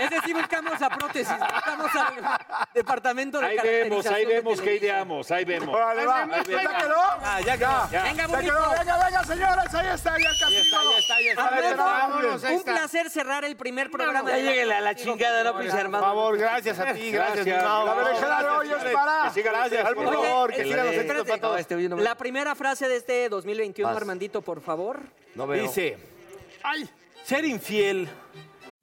Es decir, buscamos a prótesis, buscamos al departamento de
Ahí vemos, ahí
caracterización de
vemos, qué
Televisa.
ideamos, ahí vemos.
Órale, va. ¿Ya quedó?
Ah,
ya quedó.
Venga,
Ya quedó.
bonito.
Venga, venga, señores. Ahí está ya el castigo.
Ahí está, ahí está, ahí
Armando,
está. Vámonos, ahí
un
está.
placer cerrar el primer programa.
Ya
de la-
lléguenle a la chingada, no, pinche
Por
Armando.
favor, gracias a ti, gracias.
Gracias.
Mau.
La berenjena de hoy es para...
Que siga la
Gracias,
fiesta,
por
Oye,
favor,
eh,
que sigan los
espérate,
éxitos para
No,
todos.
este hoy no me-
La primera frase de este 2021,
Vas.
Armandito, por favor.
No veo.
Dice, ay, ser infiel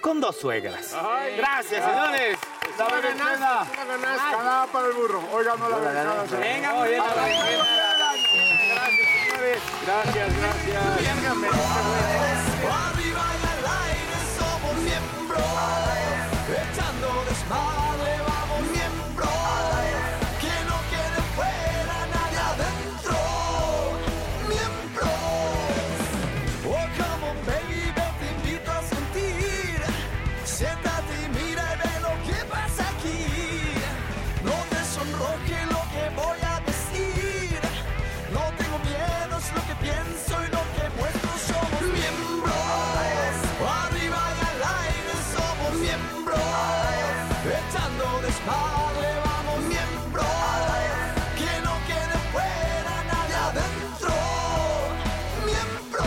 con dos suegras. Gracias,
Ah.
señores.
La berenjena. Ganada para el burro. Oiga, no la berenjena. señor.
Venga, muy bien.
Gracias, gracias.
Arriba y al aire somos miembros, echando desmadre vamos miembros, que no quede fuera nadie adentro, miembros. Oh, come on baby, ven, te invito a sentir, siéntate y mira y ve lo que pasa aquí, no te sonroje lo que voy a decir, no tengo miedo, es lo que pienso y lo que muestro somos miembros. Arriba y al aire somos miembros. Echando desmadre vamos miembros. Que no quede fuera nadie adentro. Miembros.